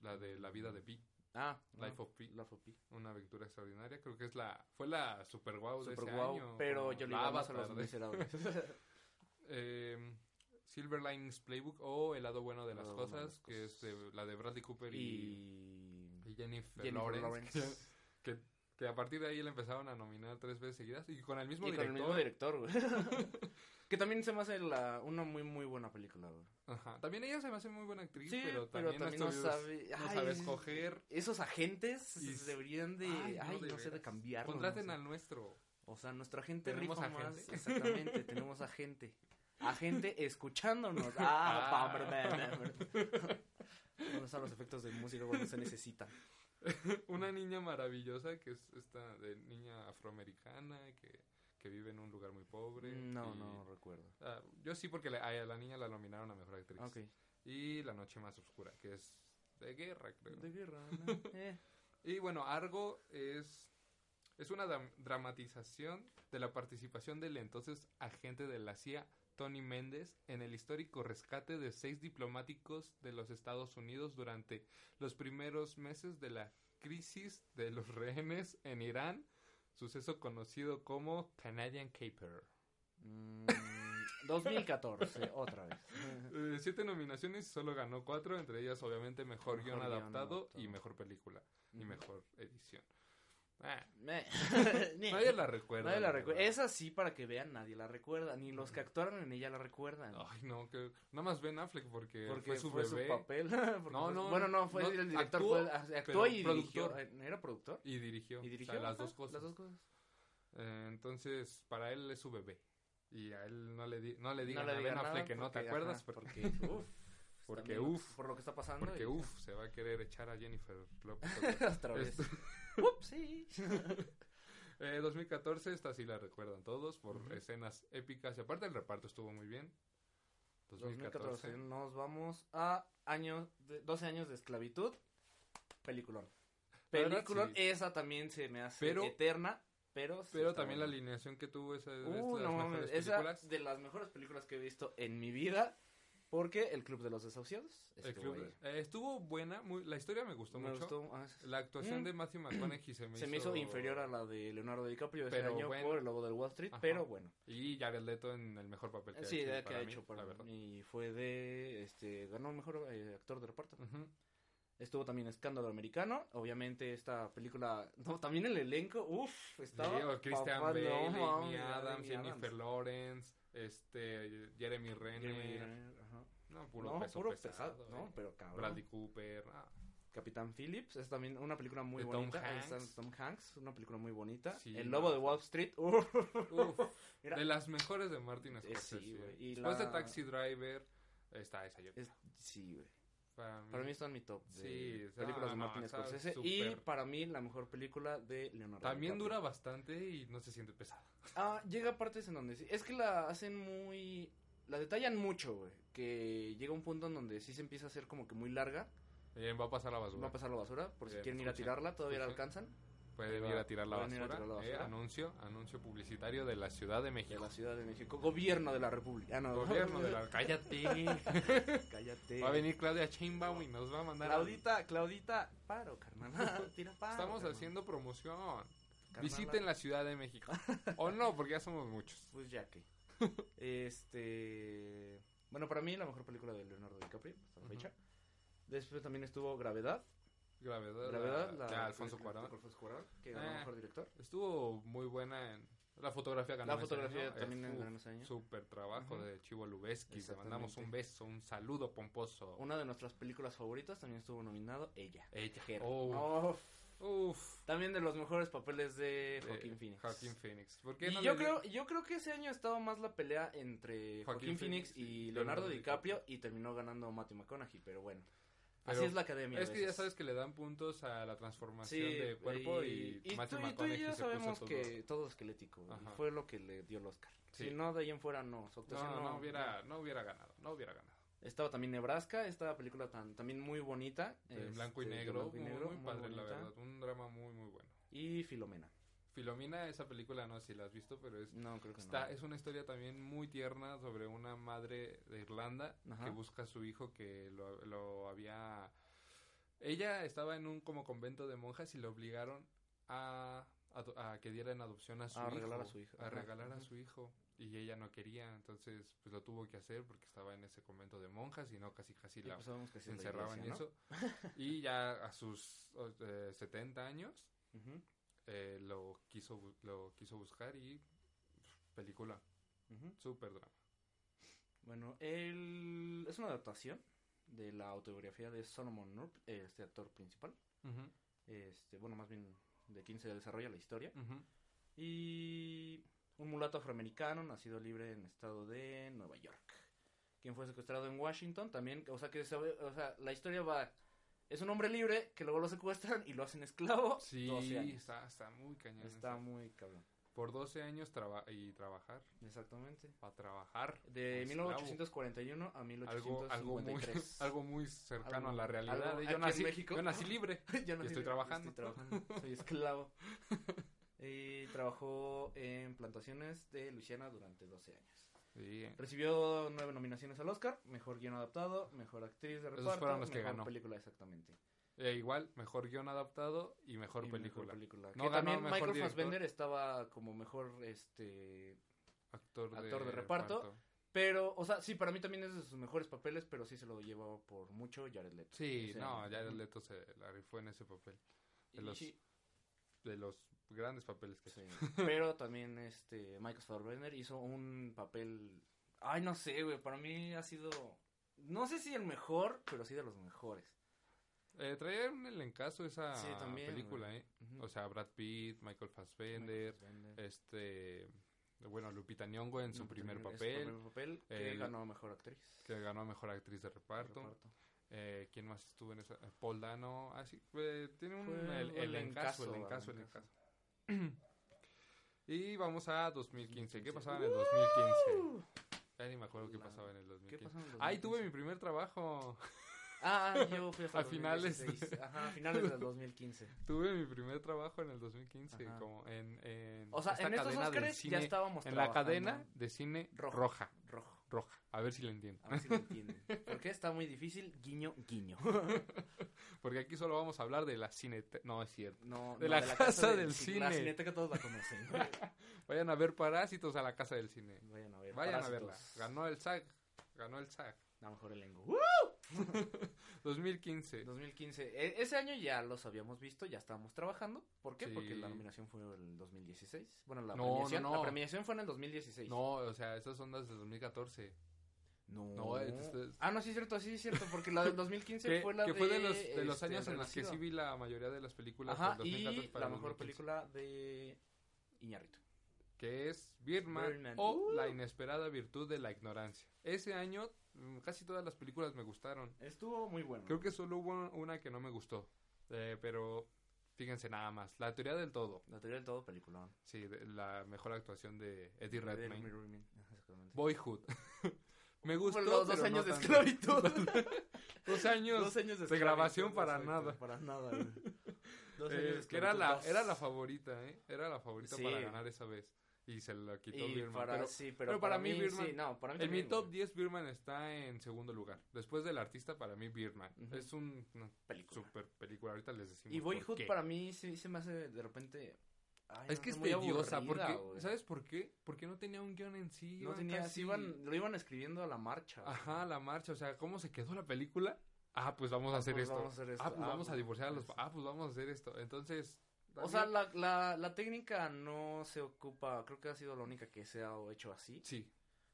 la de La vida de Pi,
Ah,
Life of Pi,
Life of Pi.
una aventura extraordinaria, creo que es la, fue la super guau de
Super
ese
guau,
año.
pero
o
yo le
la
iba más a
Avatar
los
de-
miserables.
eh, Silver Linings Playbook o El lado bueno de
El
las
lado bueno de
cosas,
las
que es
cosas.
de- la de Bradley Cooper y,
Y.
y Jennifer,
Jennifer
Lawrence.
Lawrence.
Que, que a partir de ahí le empezaron a nominar tres veces seguidas y con el mismo
Y con el
director.
mismo director, güey. que también se me hace la, una muy, muy buena película, güey.
Ajá. También ella se me hace muy buena actriz,
Sí,
pero,
pero
también
también
no,
no
sabes-
sabe.
no
ay,
sabe escoger.
Esos agentes
Y-
deberían de.
Ay,
Ay,
no,
no,
de
sé, de
veras.
cambiarlo.
Contraten
no sé.
al nuestro.
O sea, nuestra gente
¿Tenemos
rifa
agente?
más. Exactamente, tenemos agente. Agente escuchándonos. Ah,
Ah.
pa, verdad, verdad. ¿Dónde están los efectos de música cuando se necesitan?
Una niña maravillosa que es esta de niña afroamericana que, que vive en un lugar muy pobre.
Mm, No,
y-
no recuerdo.
Ah, yo sí, porque le- a la niña la nominaron a mejor actriz.
Ok.
Y La Noche Más Oscura, que es de guerra, creo.
De guerra, ¿no? Eh.
Y bueno, Argo es, es una dam- dramatización de la participación del entonces agente de la CIA, Tony Méndez, en el histórico rescate de seis diplomáticos de los Estados Unidos durante los primeros meses de la crisis de los rehenes en Irán, suceso conocido como Canadian Caper.
Mm, 2014, otra vez.
Eh, siete nominaciones y solo ganó cuatro, entre ellas obviamente mejor,
Mejor
guión
guión
adaptado, y
adaptado.
mejor película y mejor edición. Ah,
Meh.
nadie la recuerda.
Mm. Eh. Nadie la recuerda.
verdad.
Esa sí, para que vean, nadie la recuerda. Ni los que actuaron en ella la recuerdan.
Ay, no, que nada más Ben Affleck porque,
porque
fue su bebé
papel. porque
No,
fue su-
no,
bueno, no, fue
no,
el director.
actuó,
fue- ah, actuó y
pero
dirigió.
productor.
¿Era productor?
y dirigió.
Y dirigió.
o sea, las
ajá,
dos cosas.
Las dos cosas.
Eh, entonces, para él es su bebé. Y a él no le, di- no le digan
no
a
le
Ben
digan nada
Affleck que no te
porque,
acuerdas
ajá,
porque,
Porque, uff.
Porque
también lo-
uf.
Por lo que está pasando.
porque
y-
uff, se va a querer echar a Jennifer López.
Otra vez.
Esto-
Ups, sí.
Eh, 2014, esta sí la recuerdan todos por
Ujú.
escenas épicas. Y aparte el reparto estuvo muy bien. 2014.
2014. Nos vamos a años de, 12 años de esclavitud. Peliculón.
La verdad,
Peliculón.
sí.
Esa también se me hace
Pero-
eterna. Pero, sí
Pero
está
también la
buena.
alineación que tuvo esa es
Uh,
las
no
mejores
mames, esa
películas.
de las mejores películas que he visto en mi vida. Porque El Club de los Desahuciados
El
estuvo
club-
ahí.
eh, estuvo buena, muy, la historia me gustó
Me
mucho.
gustó, ah, se-
La actuación
Mm.
de Matthew McConaughey se me
se me hizo inferior a la de Leonardo DiCaprio ese
Pero
año
bueno.
por El Lobo del Wall Street,
Ajá.
pero bueno.
Y Jared Leto en el mejor papel que ha
sí,
hecho.
idea que
para
ha
mí,
hecho, por
la verdad.
y fue de, este, ganó el mejor eh, actor de reparto.
Ujú.
Estuvo también Escándalo Americano. Obviamente, esta película. No, también el elenco. Uff, estaba.
Leo, Christian
papá, no,
Bale, Amy
mames,
Adams,
Amy
Jennifer
Adams.
Lawrence, este, Jeremy Renner.
Jeremy Renner, ajá.
No, puro
no,
peso
puro
pesado.
pesado,
eh.
No, pero cabrón.
Bradley Cooper. ah.
Capitán Phillips. Es también una película muy
De Tom
bonita. Ahí está
Hanks.
Tom Hanks. Una película muy bonita.
Sí,
el Lobo
no.
de Wall Street. uff,
Uf,
Mira.
de las mejores de Martin
Eh,
Scorsese.
sí, güey, y
Después de
la-
Taxi Driver, está esa yo.
es- sí, güey.
Para mí,
Para mí está en mi top. De
Sí, está-
películas de
no,
Martin
está
Scorsese. Y
súper.
para mí, la mejor película de Leonardo
también
DiCaprio.
dura bastante y no se siente pesada.
Ah, llega a partes en donde sí. Es que la hacen muy. La detallan mucho, güey. Que llega un punto en donde sí se empieza a hacer como que muy larga.
Eh, va a pasar la basura.
Va a pasar la basura. Por si
Bien,
quieren ir a
escuchen,
tirarla, todavía la
escuchen.
alcanzan.
Pueden
Ahí
ir
va.
a tirar la
Pueden ir
basura.
a tirar la
eh,
basura.
anuncio, anuncio publicitario de la Ciudad de
De
México.
la Ciudad de México. Gobierno de la República. Ah, no.
Gobierno de la... Cállate.
Cállate.
Va a venir Claudia Chainbaum y nos va a mandar...
Claudita, Claudita. Paro, carnal. Tira paro.
Estamos
carnal.
haciendo promoción.
Carnal,
Visiten la Ciudad de México. o no, porque ya somos muchos.
Pues ya que. Este. Bueno, para mí la mejor película de Leonardo DiCaprio hasta la
Ujú.
fecha. Después también estuvo Gravedad.
Gravedad.
Gravedad,
la-
la,
de Alfonso
película de
Cuarón.
Alfonso Cuarón, que ganó
Ah.
mejor director.
Estuvo muy buena en... La fotografía ganó
La
en ese
fotografía
año.
también
Es-
ganó en
uf,
ese año.
Súper trabajo
Ujú.
de Chivo Lubeski. Te mandamos
Exactamente.
un beso, un saludo pomposo.
Una de nuestras películas favoritas también estuvo nominado Ella.
Ella.
Her.
Oh,
No,
Uf.
también de los mejores papeles de
de
Joaquín Phoenix.
Joaquín Phoenix. ¿Por qué
y
no
yo
le-
creo, yo creo que ese año estaba más la pelea entre
Joaquín
Joaquín, Phoenix
Phoenix
y
y
Leonardo
Leonardo
DiCaprio, y terminó ganando Matthew McConaughey, pero bueno.
Pero
así es la academia. a
Es que ya
veces.
sabes que le dan puntos a la transformación
Sí,
de cuerpo y,
y, tú,
Matthew
y tú y
McConaughey
yo
se puso
sabemos
todo-
que todo esquelético. Y
Ajá.
fue lo que le dio el Oscar.
Sí.
Si no, de ahí en fuera no. su
No,
actuación
no, hubiera, no hubiera ganado, no hubiera ganado.
Estaba también Nebraska, esta película tan, también muy bonita.
en blanco y
este, de
negro,
blanco y
muy,
negro,
muy padre la
bonita.
verdad, un drama muy muy bueno.
Y Filomena.
Filomena, esa película no sé si la has visto, pero es
No, creo que
está,
no.
es una historia también muy tierna sobre una madre de Irlanda
Ajá.
que busca a su hijo que lo, lo había ella estaba en un como convento de monjas y le obligaron a ado- a que diera en adopción a su
A
hijo.
regalar a su hijo,
a
ajá,
regalar a
ajá.
su hijo. Y ella no quería, entonces pues lo tuvo que hacer porque estaba en ese convento de monjas y no casi casi
Y
la
pues sabemos que sí es la
encerraban
iglesia,
y
¿no?
eso. Y ya a sus o- eh, 70 años
Ujú,
eh, lo, quiso, bu- lo quiso buscar y pf, película,
ujú.
súper drama.
Bueno, él es una adaptación de la autobiografía de Solomon North, este actor principal. Este, bueno, más bien de quien se desarrolla la historia.
Ujú.
Y un mulato afroamericano nacido libre en estado de Nueva York. Quien fue secuestrado en Washington también. O sea, que se ve- o sea, la historia va. Es un hombre libre que luego lo secuestran y lo hacen esclavo.
Sí,
12 años.
está, está muy cañón.
Está
eso.
muy cabrón.
Por 12 años traba- y trabajar,
Exactamente.
para trabajar.
De
como esclavo.
1841 a
algo,
1853.
algo, muy, algo muy cercano
Algo-
a la realidad.
algo-
de
aquí
yo,
en
nací,
México.
yo nací libre.
Yo no
Y
sé-
estoy trabajando.
estoy trabajando, Soy esclavo. Y trabajó en plantaciones de Luisiana durante 12 años.
Sí,
Recibió nueve nominaciones al Oscar, mejor guión adaptado, mejor actriz de
Esos
reparto,
fueron los que
mejor
ganó.
película exactamente.
eh, igual, mejor guión adaptado y mejor
Y mejor
película.
película.
No
que
ganó
también
mejor
Michael
director.
Fassbender estaba como mejor este,
Actor,
Actor de reparto. pero o sea, sí, para mí también es de sus mejores papeles, pero sí se lo llevaba por mucho Jared Leto.
Sí,
Ese
no,
año.
ya el Leto se la rifó en ese papel. De
Y
los,
sí,
de los grandes papeles que
sí. Pero también este Michael Fassbender hizo un papel Ay, no sé, güey, para mí ha sido no sé si el mejor, pero sí de los mejores.
Eh, traía un elencazo esa
Sí, también,
película, ¿eh?
Ujú.
O sea, Brad Pitt, Michael Fassbender,
Michael Fassbender.
este... Bueno, Lupita Nyong'o en su
Lupita
primer
Nyong'o, en Mm, su
papel,
primer papel, que
El-
ganó a mejor actriz.
que ganó a Mejor Actriz de Reparto.
Reparto.
Eh, ¿Quién más estuvo en esa? Eh, Paul Dano. Ah, sí, eh, tiene un
Fue
el,
un
elencazo, elencazo,
elencazo, elencazo.
elencazo. y vamos a 2015. ¿Qué
2015?
pasaba en el 2015?
Uh,
Ya ni me acuerdo qué
La-
pasaba en el
¿Qué
2015.
pasó en el
Ay, tuve mi
2015?
primer trabajo.
Ah, yo fui hasta
A
el
finales de-
2016. Ajá, a finales del 2015.
Tuve mi primer trabajo en el 2015.
Ajá.
Como en, en
O sea,
esta
en estos
cadena del
Óscares
cine-
ya estábamos
En la
trabajando.
cadena de cine
Rojo.
roja.
Rojo.
Roja. A ver si la entiendo.
A ver si lo entienden. Porque está muy difícil. Guiño, guiño.
Porque aquí solo vamos a hablar de la cine. No, es cierto.
No,
De
no,
la casa
de-
del
sí, La
cine.
cineteca todos la conocen. güey.
Vayan a ver Parásitos a la casa del cine.
Vayan a ver.
Vayan
Parásitos.
a verla. Ganó el SAG. Ganó el SAG.
A lo mejor el lengo.
2015.
2015. E- ese año ya los habíamos visto, ya estábamos trabajando. ¿Por qué?
Sí.
Porque la nominación fue en el 2016. Bueno, la
No,
premiación,
no, no.
la premiación fue en el 2016.
No, o sea, esas ondas del 2014.
No.
No, este es-
Ah, no, sí es cierto, sí es cierto, porque la del 2015
Que que
fue la de...
de los, de los
este,
años en los que
Renacido.
sí vi la mayoría de las películas
Ajá,
del
y
2014 para
la
el
mejor
2015,
película de Iñarrito.
Que es Birdman,
Birdman.
o
Uh.
La inesperada virtud de la ignorancia. Ese año mm, casi todas las películas me gustaron.
Estuvo muy bueno.
Creo que solo hubo una que no me gustó. Eh, pero fíjense nada más. La teoría del todo.
La teoría del todo, película.
Sí, de- la mejor actuación de Eddie
De
Redmayne.
Jeremy Rubin, ajá, exactamente.
Boyhood. me gustó.
Fueron los dos
pero
años
no
de
tanto.
esclavitud.
Dos años.
dos años
de
de, esclavitud,
grabación para
exacto,
nada.
Para nada, güey. Dos
Eh,
años de
que era
esclavitud,
la,
dos.
era la favorita, ¿eh? Era la favorita
Sí.
para ganar esa vez. Y se la quitó
Y
Birman.
para,
pero
sí, pero,
pero
para,
para mí
mí,
Birdman-
sí, no, para mí
en mi
también,
top
güey.
10, Birman está en segundo lugar. Después del artista, para mí, Birman.
Ujú.
Es un- una
Película.
super película. Ahorita les decimos.
Y
por
Boyhood
qué.
para mí sí se me hace de repente... ay,
Es
no,
que es
muy
tediosa.
aburrida,
Porque,
güey.
¿Sabes por qué? Porque no tenía un guión en sí.
No
iban
tenía,
casi- Ah,
sí iban, lo iban escribiendo a la marcha. güey.
Ajá, la marcha. O sea, ¿cómo se quedó la película? Ah, pues vamos a hacer
pues
esto.
vamos a hacer esto.
Ah, pues
Ah,
vamos a
pues,
divorciar a los.
pues.
Ah, pues vamos a hacer esto. Entonces.
O
también-
sea, la, la, la técnica no se ocupa, creo que ha sido la única que se ha hecho así.
Sí,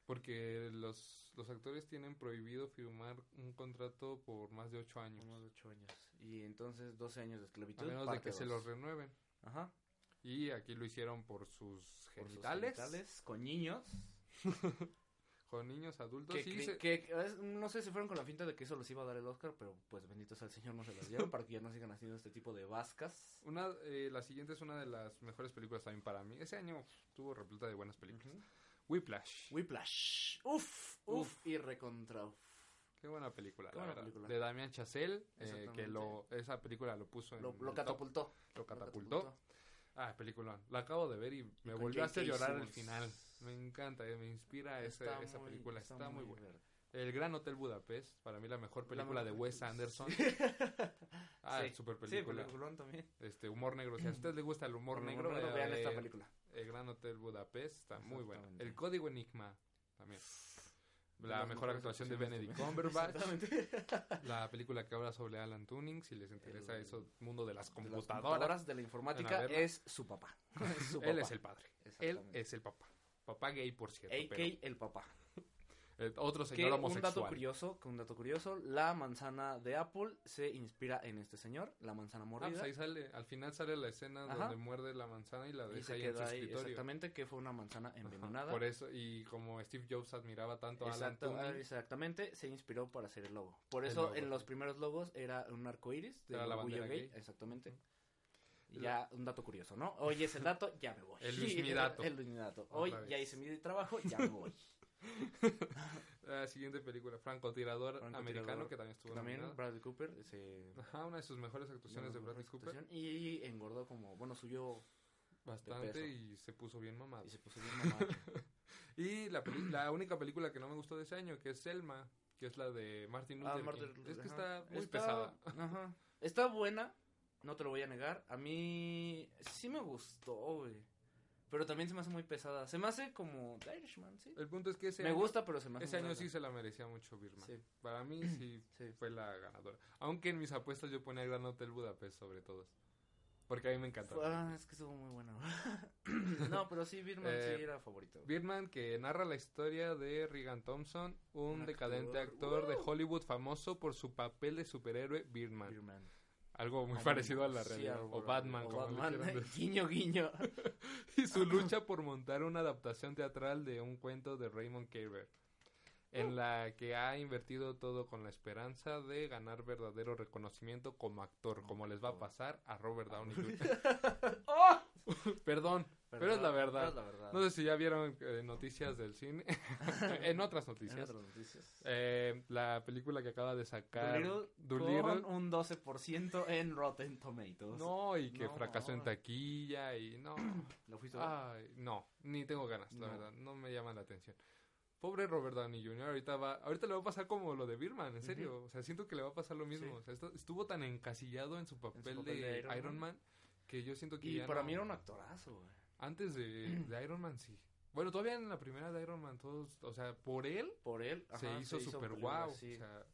porque los, los actores tienen prohibido firmar un contrato por más de ocho años.
Unos ocho años. Y entonces 12 años de
A
esclavitud.
menos de
parte
que se
dos.
los renueven.
Ajá.
Y aquí lo hicieron por sus
Por sus
genitales,
genitales, Con niños.
con niños adultos.
Que,
y
cre-
se-
que- que es- no sé si fueron con la finta de que eso les iba a dar el Oscar, pero pues bendito sea el Señor, no se las dieron para que ya no sigan haciendo este tipo de vascas.
una, eh, la siguiente es una de las mejores películas también para mí. Ese año uf, estuvo repleta de buenas películas.
Ujú.
Whiplash.
Whiplash. Uf, uf,
Uf.
y recontra uf.
Qué buena película,
Qué
la
buena
verdad.
película.
De Damián Chazelle, eh, que
Exactamente.
lo, esa película lo puso en
Lo, lo
el top,
catapultó.
lo
lo
catapultó. Ah, película. La acabo de ver y me
con
volvió a hacer
J.K.
llorar al
Simmons.
final. Me encanta, eh, me inspira ese- esa
muy-
película. Está, muy buena.
verde.
El Gran Hotel Budapest, para mí la mejor película de Wes Anderson. Ah,
Sí.
super
Sí,
película.
peliculón también.
Este, humor negro. Si a ustedes les gusta el humor
Por lo
negro,
menos
vaya a
vean esta
ver
película.
El Gran Hotel Budapest, está muy buena.
Exactamente.
El Código Enigma, también.
De
La
las
mejor
mejores
actuación de
actuaciones
Benedict
también.
Cumberbatch.
Exactamente.
La película que habla sobre Alan Tuning, si les interesa
El-
eso, mundo de las
de las
computadoras.
computadoras de la
Van a
informática
verla.
es su papá. Es su
Él
papá.
es el padre. Él
Exactamente.
es el papá. Papá gay, por cierto.
AK
pero,
el papá.
eh, otro
Que
señor
un dato
homosexual.
curioso, que un dato curioso, la manzana de Apple se inspira en este señor, la manzana
Ah, pues
mordida.
ahí sale, al final sale la escena
Ajá.
donde muerde la manzana y la
y
deja
se
ahí en su
queda ahí,
escritorio.
exactamente, que fue una manzana
Ajá,
envenenada.
Por eso, y como Steve Jobs admiraba tanto a Alan
Exacto-
Turing,
ah, exactamente, se inspiró para hacer el logo. Por
El
eso
logo,
en los
sí.
primeros logos era un arco iris de
Era la bandera
gay,
gay.
exactamente. Y
Lo-
ya un dato curioso, ¿no? Hoy es el dato, ya me voy.
El Luismidato.
el Luismidato. Hoy
Otra
ya
vez.
hice mi trabajo, ya me voy.
la ah, siguiente película, Francotirador
Francotirador,
americano, que también estuvo
También
nominada.
Bradley Cooper se
Ajá, una de sus mejores actuaciones de
ganó
Bradley
mejor
Cooper.
actuación y engordó como, bueno, subió de
Bastante
peso.
y se puso bien mamado.
y se puso bien mamado.
Y la, peli- la única película que no me gustó de ese año, que es Selma, que es la de Martin Luther
Ah,
King.
Martin
Es
Luther,
que
ajá.
está muy pesada.
ajá. Está buena, no te lo voy a negar. A mí sí me gustó, güey. Pero también se me hace muy pesada. Se me hace como The Irishman, sí.
El punto es que ese
me
año,
gusta, pero se me hace
ese
muy
año
larga.
sí se la merecía mucho Birman.
Sí,
Para mí sí
sí.
fue la ganadora. Aunque en mis apuestas yo ponía Gran Hotel Budapest sobre todos. Porque a mí me encantó.
Ah, es que estuvo muy buena. güey. no, pero sí, Birman
Eh,
sí era favorito. güey.
Birdman que narra la historia de Regan Thompson, un,
Un
decadente
actor.
actor de
¡Wow!
Hollywood famoso por su papel de superhéroe Birdman.
Birdman.
Algo muy
Ah,
parecido a la
sí,
realidad.
algo
o
raro.
Batman,
O
como le
Batman.
quieran decir.
guiño, guiño.
Y su lucha por montar una adaptación teatral de un cuento de Raymond Carver. En la que ha invertido todo con la esperanza de ganar verdadero reconocimiento como actor,
Como
como les va a
actor.
pasar a Robert Downey Jr.
Ah, ¡Oh! Ah.
Perdón, Pero es la verdad.
Pero es la verdad.
no sé si ya vieron eh, noticias del cine. en otras
En
noticias.
otras noticias.
Eh, la película que acaba de sacar
Doolittle
Doolittle.
con un 12% en Rotten Tomatoes.
No, y que
No,
fracasó en
ahora.
taquilla y no.
¿Lo fuiste a ver?
Ay, no, ni tengo ganas, la
No.
verdad, no me llama la atención. Pobre Robert Downey Jr. ahorita va, ahorita le va a pasar como lo de Birman, en serio. O sea, siento que le va a pasar lo mismo.
Sí.
O sea, esto- estuvo tan encasillado en su papel,
papel
de,
de
Iron,
Iron
Man. que yo siento que
Y
ya
para
no-
mí era un actorazo, güey.
antes de, de Iron Man sí. Bueno, todavía en la primera de Iron Man todos, o sea, por él
Por él. ajá,
se hizo super
película,
guau,
sí.
o sea,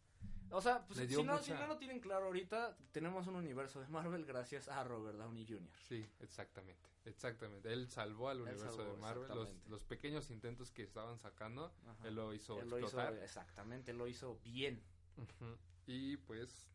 O sea, pues,
le
si,
dio
no, si
mucha-
no lo tienen claro ahorita, tenemos un universo de Marvel gracias a Robert Downey Jr.
Sí, exactamente, exactamente. Él salvó al
Él
universo
salvó,
de Marvel. Los,
exactamente.
los pequeños intentos que estaban sacando,
Ajá.
él lo hizo
Él lo hizo,
explotar.
exactamente, lo hizo bien.
Ujú. Y pues,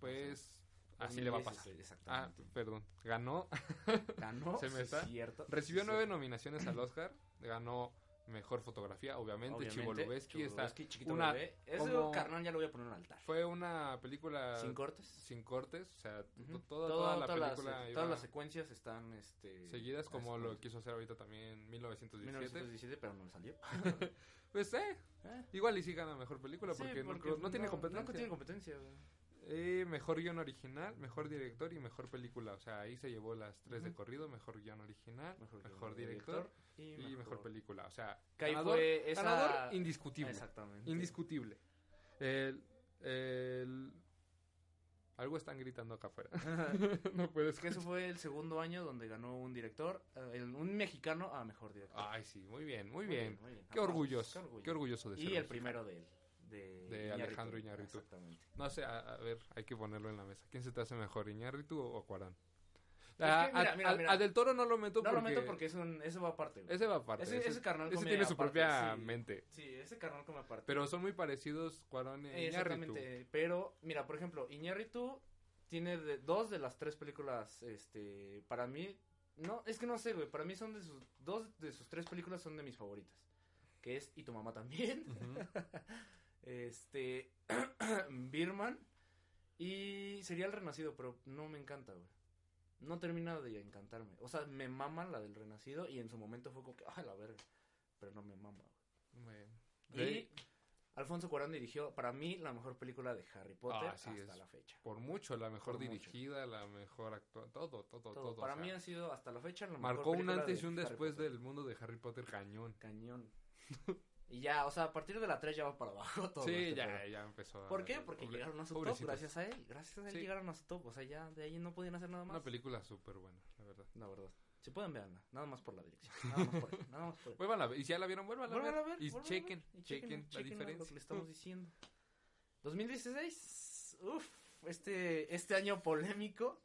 pues,
Por
así
mil
le va a
veces,
pasar. Ah,
Exactamente.
perdón, ganó.
Ganó.
se me
sí,
está-
cierto,
Recibió
sí,
nueve
cierto.
nominaciones al Oscar. Ganó mejor fotografía, obviamente. Chivo
Obviamente,
Lubeski está.
Chibolubeski, chiquito
una-
bebé. Ese
como-
carnal ya lo voy a poner en un altar.
Fue una película
Sin cortes.
sin cortes, o sea, to-
Ujú.
toda,
Todo-
toda la
todas las-
película iba
todas las secuencias están este,
seguidas como
es-
lo quiso hacer ahorita también 1917.
1917, pero no salió.
Pues eh,
Eh.
igual y sí gana mejor película
Sí, pues
porque, no, creo- no tiene competencia.
No tiene competencia. güey.
Eh, mejor guión original, mejor director y mejor película. O sea, ahí se llevó las tres de
Ujú.
corrido, mejor guión original, mejor,
guion,
director,
y
y mejor, película. O sea,
Que ahí
ganador,
fue esa-
ganador indiscutible.
Exactamente.
Indiscutible. El, el- Algo están gritando acá afuera. no puedes
es que eso fue el segundo año donde ganó un director, eh, el- un mexicano a mejor director.
Ay, sí, muy bien, Ah, muy bien.
muy bien.
Qué
Aplausos,
orgulloso,
qué orgullo.
qué orgulloso de ser.
Y el
mexicano.
primero de él. De,
De Alejandro Iñárritu.
Exactamente.
No sé, a, a ver, hay que ponerlo en la mesa. ¿Quién se te hace mejor, Iñárritu o, o Cuarón?
que
Ah,
mira,
a,
mira,
a-
mira.
a Del Toro no lo meto
No
porque...
lo meto porque es un, eso va aparte. güey.
Ese va aparte.
Ese-
ese-
ese carnal
ese
come
tiene su
aparte,
propia
sí.
mente.
Sí, ese carnal come aparte.
Pero son muy parecidos Cuarón e
Eh,
Iñárritu.
Exactamente, pero mira, por ejemplo, Iñárritu tiene de- dos de las tres películas, este, para mí, no, es que no sé, güey, para mí son de sus, dos de sus tres películas son de mis favoritas, que es Y tu mamá también,
Ujú.
este, Birman, y sería El Renacido, pero no me encanta, güey. No termina de encantarme. O sea, me mama la del Renacido y en su momento fue como que, ah, la verga. Pero no me mama.
Bueno.
Y
De-
Alfonso Cuarón dirigió, para mí, la mejor película de Harry Potter
Ah, sí,
hasta
es
la fecha.
Por mucho, la mejor
Por mucho.
dirigida, la mejor actuada, todo, todo, todo.
Todo. Para
o sea,
mí ha sido hasta la fecha la mejor
marcó un
película
antes
de
y un
Harry
después
Potter.
del mundo de Harry Potter cañón.
cañón. Y ya, o sea, a partir de la 3 ya va para abajo todo.
sí,
este
ya,
pedo.
ya empezó. a-
¿Por qué? Porque
pobre-
llegaron a su top
pobrecitos.
gracias a él. Gracias a él
Sí.
llegaron a su top. O sea, ya de ahí no podían hacer nada más.
Una película súper buena, la verdad.
La verdad. Si pueden, verla. Nada más por la dirección. Nada más por, nada más por
Vuelvan a ver. Y si ya la vieron, vuelvan a ver.
Vuelvan a ver.
Y
vuelvan a ver,
chequen,
y
chequen la
chequen Lo que le
diferencia.
estamos diciendo. 2016. Uf, este, este año polémico.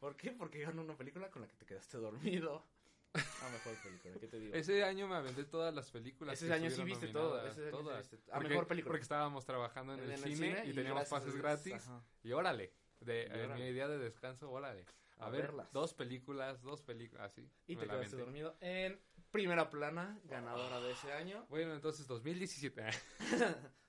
¿Por qué? Porque ganó una película con la que te quedaste dormido. La mejor película, ¿qué te digo?
Ese año me aventé todas las películas.
Ese
que
año sí
estuvieron
viste todo,
nominadas,
ese año sí
todas.
viste- a
Porque-
mejor película.
Porque estábamos trabajando en, el, cine, y teníamos
gracias a
pases
Dios,
gratis.
ajá,
Y órale. De,
Y
eh,
órale.
mi idea de descanso, órale. A,
a
ver,
verlas.
dos películas, dos películas, así.
Y
me
te
la
quedaste
aventé.
dormido en primera plana, ganadora de ese año.
Bueno, entonces 2017.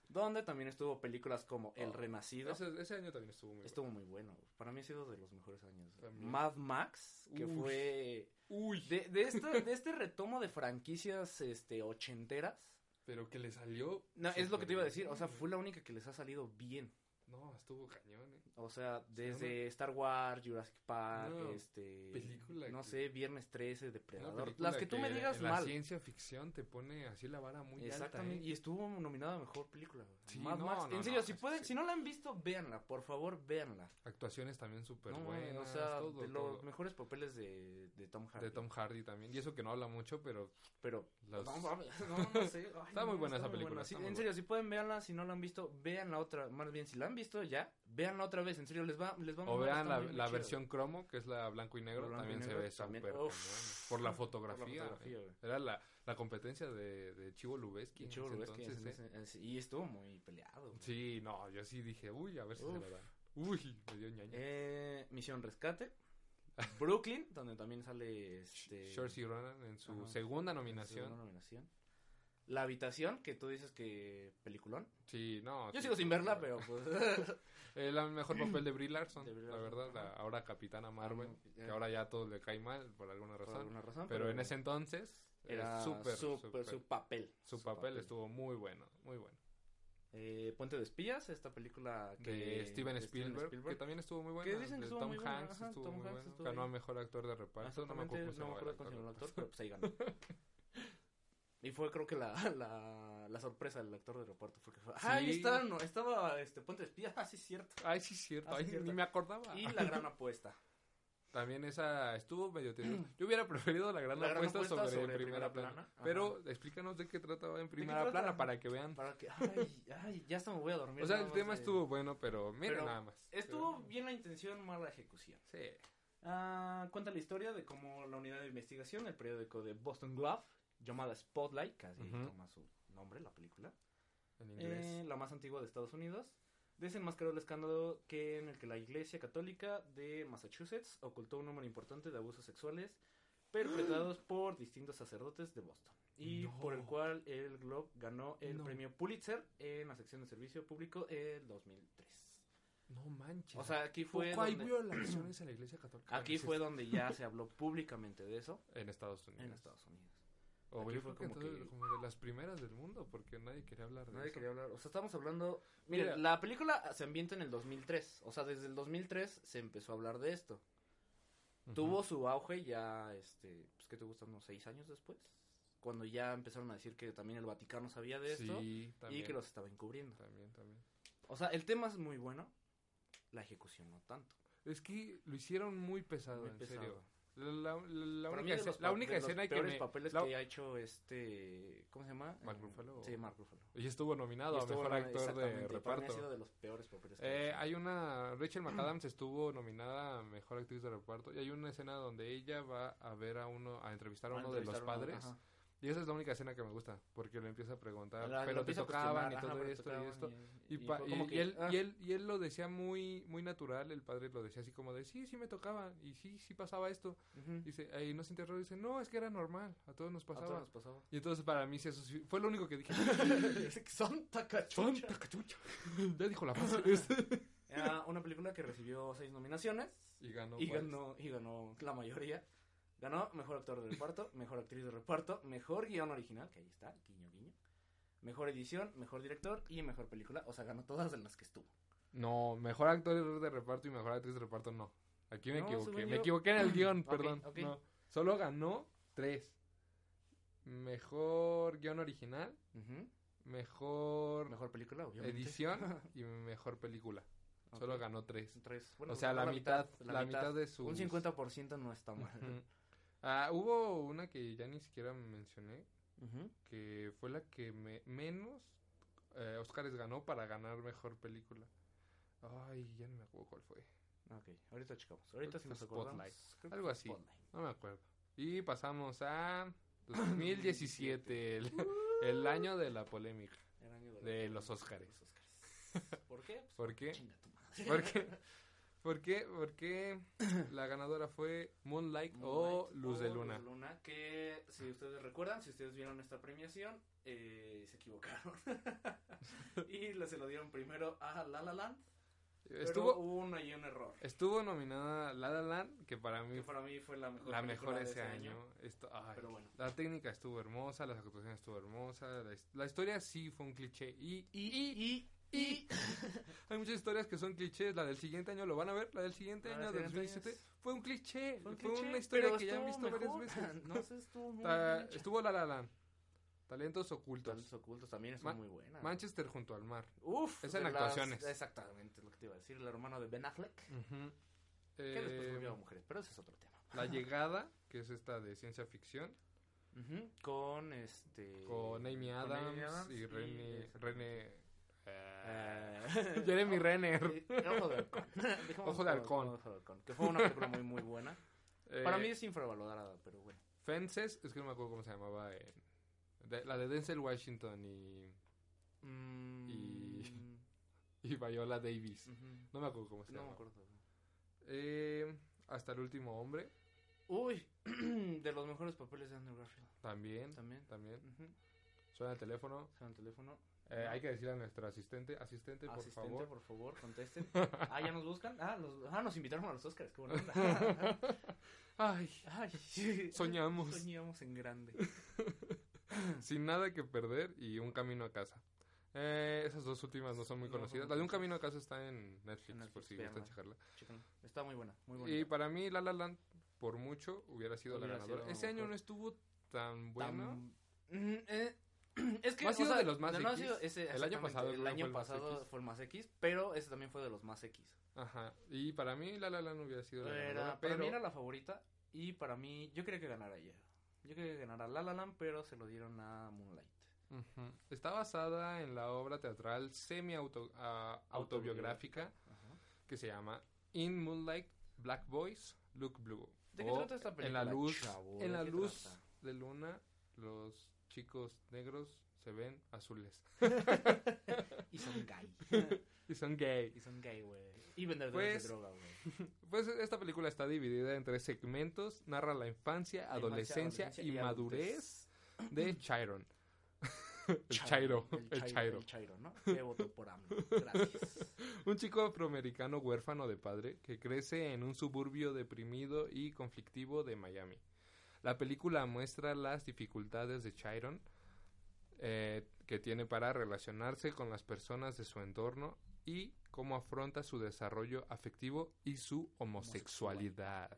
donde también estuvo películas como El
Oh,
Renacido.
ese, ese año también estuvo muy
Estuvo muy bueno. Para mí ha sido de los mejores años.
También.
Mad Max, que
Uy.
fue
bueno. Uy,
De, de, este, de este retomo de franquicias este, ochenteras.
pero que le salió.
No, es lo que te iba a decir. O sea,
Súper
fue la única que les ha salido bien.
No, estuvo cañón, eh.
O sea, desde
una-
Star Wars, Jurassic Park,
No,
este.
película
No
que-
sé, Viernes 13,
Una
Depredador.
película
Las que tú me
en-
digas
en
mal.
La ciencia ficción te pone así la vara muy
Exactamente.
alta. ¿eh?
Y estuvo nominada a mejor película. güey.
Sí,
Mad
no,
Max.
no,
en serio,
no,
si
es-
pueden,
sí.
si no la han visto, véanla. Por favor, véanla.
Actuaciones también súper
No,
buenas.
o sea,
todo,
de los
todo.
mejores papeles de, de Tom Hardy.
De Tom Hardy también. Y eso que no habla mucho, pero
Pero
las-
No, mames, no, no sé. Ay,
Está muy
no,
buena esa
muy
película,
buena.
está
Sí,
muy
en serio, si pueden verla, si no la han visto, veanla otra. Más bien, si la han visto ya, veanla otra vez. En serio, les va, les va a
O
mamar,
vean
está
la,
muy, muy
la
chida.
versión cromo, que es la blanco y negro,
blanco y
también
negro,
se ve
también,
súper
uf.
cañona. Por la
Por la
fotografía.
fotografía,
eh.
güey.
Era la, la competencia de, de Chivo Lubeski.
Y
en
chulo,
ese
ves que
entonces,
en ese- en ese- Y estuvo muy peleado.
¿eh?
güey.
Sí, no, yo sí dije, uy, a ver si se
Uf.
la dan. Uy, me dio ñaña.
Eh, Misión Rescate. Brooklyn, donde también sale este,
Saoirse Ronan en su
ajá.
segunda
segunda
nominación.
nominación. La habitación, que tú dices que peliculón.
Sí, no.
Yo
sí,
sigo sin
no,
verla,
no.
pero pues.
El mejor papel de Brie Larson,
De Brie
la
Larson,
verdad, la-
ajá.
ahora Capitana Marvel,
no,
que
ya,
ahora ya a todos le cae mal por alguna
por
razón.
alguna razón,
pero en ese entonces, era
era
súper,
su-
súper-
su papel.
su papel, estuvo muy bueno, muy bueno.
Eh, Puente de Espías, esta película que...
de Steven
de
Spielberg, que también estuvo muy bueno.
Que dicen que estuvo
Tom
muy buena,
Hanks
ajá,
estuvo
Tom
muy
Hanks
bueno.
estuvo
Ganó a
ahí.
mejor actor de reparto. No me
Exactamente,
acuerdo cómo se
no me
llamaba
acuerdo
el
cómo
actor.
se llama el actor, pero pues ahí ganó. Y fue creo que la, la, la sorpresa del actor de aeropuerto fue que fue, ah, ahí
Sí.
estaba, no, estaba este, Puente de Espías, ah, sí, es cierto.
Ay, sí, cierto.
Ah, sí,
Ay,
cierto.
ni me acordaba.
Y la gran apuesta.
También esa estuvo medio tediosa. Yo hubiera preferido la gran,
La gran
apuesta,
apuesta
sobre,
sobre
primera,
primera
plana.
plana, ajá.
Pero explícanos de qué trataba en primera
trata?
plana para que vean.
Para que, ay, ay, ya hasta me voy a dormir.
O sea,
nada
el
más
tema
de-
estuvo bueno, pero miren
Pero
nada más.
Estuvo
Pero-
bien la intención, mala ejecución.
Sí.
Ah, cuenta la historia de cómo la unidad de investigación, el periódico de Boston Globe, llamada Spotlight, casi
Ujú.
toma su nombre la película,
En inglés.
eh, la más antigua de Estados Unidos, desenmascaró el escándalo que en el que la Iglesia Católica de Massachusetts ocultó un número importante de abusos sexuales perpetrados por distintos sacerdotes de Boston y
No.
por el cual el Globe ganó el
No.
premio Pulitzer en la sección de servicio público en 2003.
no manches.
O sea, aquí fue
poco hay
donde-
violaciones en la iglesia católica.
Aquí fue donde ya se habló públicamente de eso
En Estados Unidos.
en Estados Unidos.
O
Aquí
yo
fue
creo que
como
todo-
que-
como de las primeras del mundo, porque nadie quería hablar de
Nadie
eso.
quería hablar. O sea, estamos hablando. Miren,
Mira.
la película se ambienta en el 2003. O sea, desde el 2003 se empezó a hablar de esto.
Ujú.
Tuvo su auge ya, este, pues que te gustan unos seis años después. Cuando ya empezaron a decir que también el Vaticano sabía de esto
Sí, también.
y que los estaba encubriendo.
También, también.
O sea, el tema es muy bueno. La ejecución no tanto.
Es que lo hicieron muy pesado,
Muy
en
pesado.
serio. La, la- la
Para mí
única,
es de
escena-
los
la
pa-
única
de los
escena que
peores
me...
papeles
la-
que ha hecho este. ¿Cómo se llama?
Mark
Eh,
Ruffalo.
Sí, Mark Ruffalo.
Y estuvo nominado
Y
a
estuvo
Mejor
nominado-
Actor de
exactamente, y para mí ha sido
Reparto.
de los peores papeles que ha
Eh,
hecho.
hay una... Rachel McAdams estuvo nominada a Mejor Actriz de Reparto. Y hay una escena donde ella va a ver a uno... A entrevistar a
Ah,
uno de los
entrevistaron a-
padres.
ajá.
Y esa es la única escena que me gusta. Porque le empieza a preguntar...
La- lo
Ah, pero te
empieza a
tocaban y
cuestionar, ajá,
todo
pero te
esto y
tocaban
esto.
y-
Y,
y
pa-
fue
y-
como
y
que,
él,
ah.
y, él, y él lo decía muy muy natural, el padre lo decía así como de, sí, sí me tocaban, y sí, sí pasaba esto.
Ujú.
Dice, ahí nos interrogó, dice, no, es que era normal, a todos nos
A todos
pasaba.
nos pasaba.
Y entonces para mí sí, eso sí- fue lo único que dije.
Son
¡Santa cachucha! ya dijo la frase. Este.
Era una película que recibió seis nominaciones
y ganó.
y
varios.
ganó, y ganó la mayoría. Ganó mejor actor de reparto, mejor actriz de reparto, mejor guión original, que ahí está, guiño, guiño. Mejor edición, mejor director y mejor película. O sea, ganó todas en las que estuvo.
No, mejor actor de reparto y mejor actriz de reparto no. Aquí me
No,
equivoqué,
según
me
yo-
equivoqué en el guión,
Ok,
perdón.
ok.
no. solo ganó tres. Mejor guión original,
Ujú.
mejor,
Mejor película, obviamente.
edición y mejor película.
Ok.
Solo ganó tres.
Tres.
o sea,
no,
la mitad, la mitad, de sus...
Un 50% no está mal.
Ujú. Ah, hubo una que ya ni siquiera mencioné,
Ujú.
que fue la que me- menos eh, Oscars ganó para ganar mejor película. Ay, ya no me acuerdo cuál fue.
Ok, ahorita checamos.
que
Ahorita si
fue
nos acordamos.
Spotlight.
Creo que
Algo
fue
así.
Spotlight.
No me acuerdo. Y pasamos a 2017, el, el año de la polémica.
El año
De los Óscares.
los Óscares. ¿Por qué? Pues,
¿Por qué?
Chinga tu madre.
¿Por qué? ¿Por qué? ¿Por qué la ganadora fue Moonlight, o
Moonlight Oh,
Luz de Luna?
Luna, que si ustedes recuerdan, si ustedes vieron esta premiación, eh, se equivocaron. y lo- se lo dieron primero a La La Land. Pero
Estuvo,
hubo un, ahí un error.
estuvo nominada La La Land, que para mí
Que para mí fue la mejor.
la
película
mejor
de
ese año. Esto- ay,
Pero bueno.
La técnica estuvo hermosa, las actuaciones estuvo hermosa, la, his- la historia sí fue un cliché. Y, y,
Y, y, y-
hay muchas historias que son clichés. La del siguiente año lo van a ver, la del siguiente
La
año
del
de
siguiente
2017
año
fue un cliché. Fue,
un cliché,
una historia
pero
que ya han visto
estuvo
varias
mejor.
veces.
No sé, estuvo muy
Ta-
bien hecha.
estuvo La La Land, Talentos Ocultos,
Talentos ocultos también es
Ma-
muy buena.
Manchester junto al mar.
Uf,
Es en
de las-
actuaciones.
Exactamente, es lo que te iba a decir. El hermano de Ben Affleck.
Ujú.
Que después
Eh,
volvió a mujeres, pero ese es otro tema.
la llegada, que es esta de ciencia ficción,
Ujú, Con este.
con Amy
con
Adams, y
y-
René...
exactamente.
René eh,
Eh,
Jeremy
ojo-
Renner.
eh, Ojo de halcón. Dejémoslo
Ojo de halcón.
con- con Ojo de halcón. Que fue una película muy, muy buena. Para
Eh,
mí es infravalorada, pero bueno.
Fences, es que no me acuerdo cómo se llamaba. en- de- la de Denzel Washington y,
Mm,
Y- y Viola Davis.
ujú.
No me acuerdo cómo se
Mm. No me
llamaba.
acuerdo.
Eh, hasta el último hombre,
Uy, de los mejores papeles de Andrew Garfield.
también.
También.
También.
Ujú.
Suena el teléfono.
Suena el teléfono.
Eh, hay que decirle a nuestra asistente, asistente, por
Asistente,
favor.
por favor, contesten. Ah, ya nos buscan. Ah, los- ah, nos invitaron a los Oscars. Qué buena onda.
Ay,
Ay,
Soñamos.
Soñamos en grande.
sin nada que perder y un camino a casa. Eh, esas dos últimas no son muy
No son
conocidas.
muy
La de un camino a
conocidas.
casa está en Netflix,
En
por
Netflix,
si gustan
véanla.
checarla.
Chéquenlo. Está muy buena, muy buena.
Y para mí La La Land, por mucho, hubiera sido la
Hubiera
ganadora.
sido
Ese año
mejor.
no estuvo tan
Tan-
bueno.
Mm, eh, es que
No ha sido
o sea,
de los más
no, no ha
X.
sido ese,
El año
exactamente,
pasado
el
creo que
año
fue el más
pasado
X.
fue el más X, pero ese también fue de los más X.
Ajá, y para mí La La Land hubiera sido la
Era-
ganadora,
para
pero
mí era la favorita y para mí yo quería que ganara ella. Yo quería que ganara La La Land, pero se lo dieron a Moonlight.
Ujú. está basada en la obra teatral semi autobiográfica
Ajá.
que se llama In Moonlight Black Boys Look Blue.
¿De qué
O
trata esta película?
En la luz,
chavo? ¿De
en la
qué
luz
trata?
de luna, los chicos negros se ven azules
Y son gay.
y son gay.
y son gay, güey. Y vendedores
Pues,
de droga, güey.
Pues esta película está dividida en tres segmentos, narra la infancia, adolescencia,
adolescencia
y,
y
madurez de Chiron. El
Chairo,
Chairo, el Chairo.
El Chairo, ¿no? Que votó por AMLO. Gracias.
Un chico afroamericano huérfano de padre que crece en un suburbio deprimido y conflictivo de Miami. La película muestra las dificultades de Chiron eh, que tiene para relacionarse con las personas de su entorno y cómo afronta su desarrollo afectivo y su homosexualidad.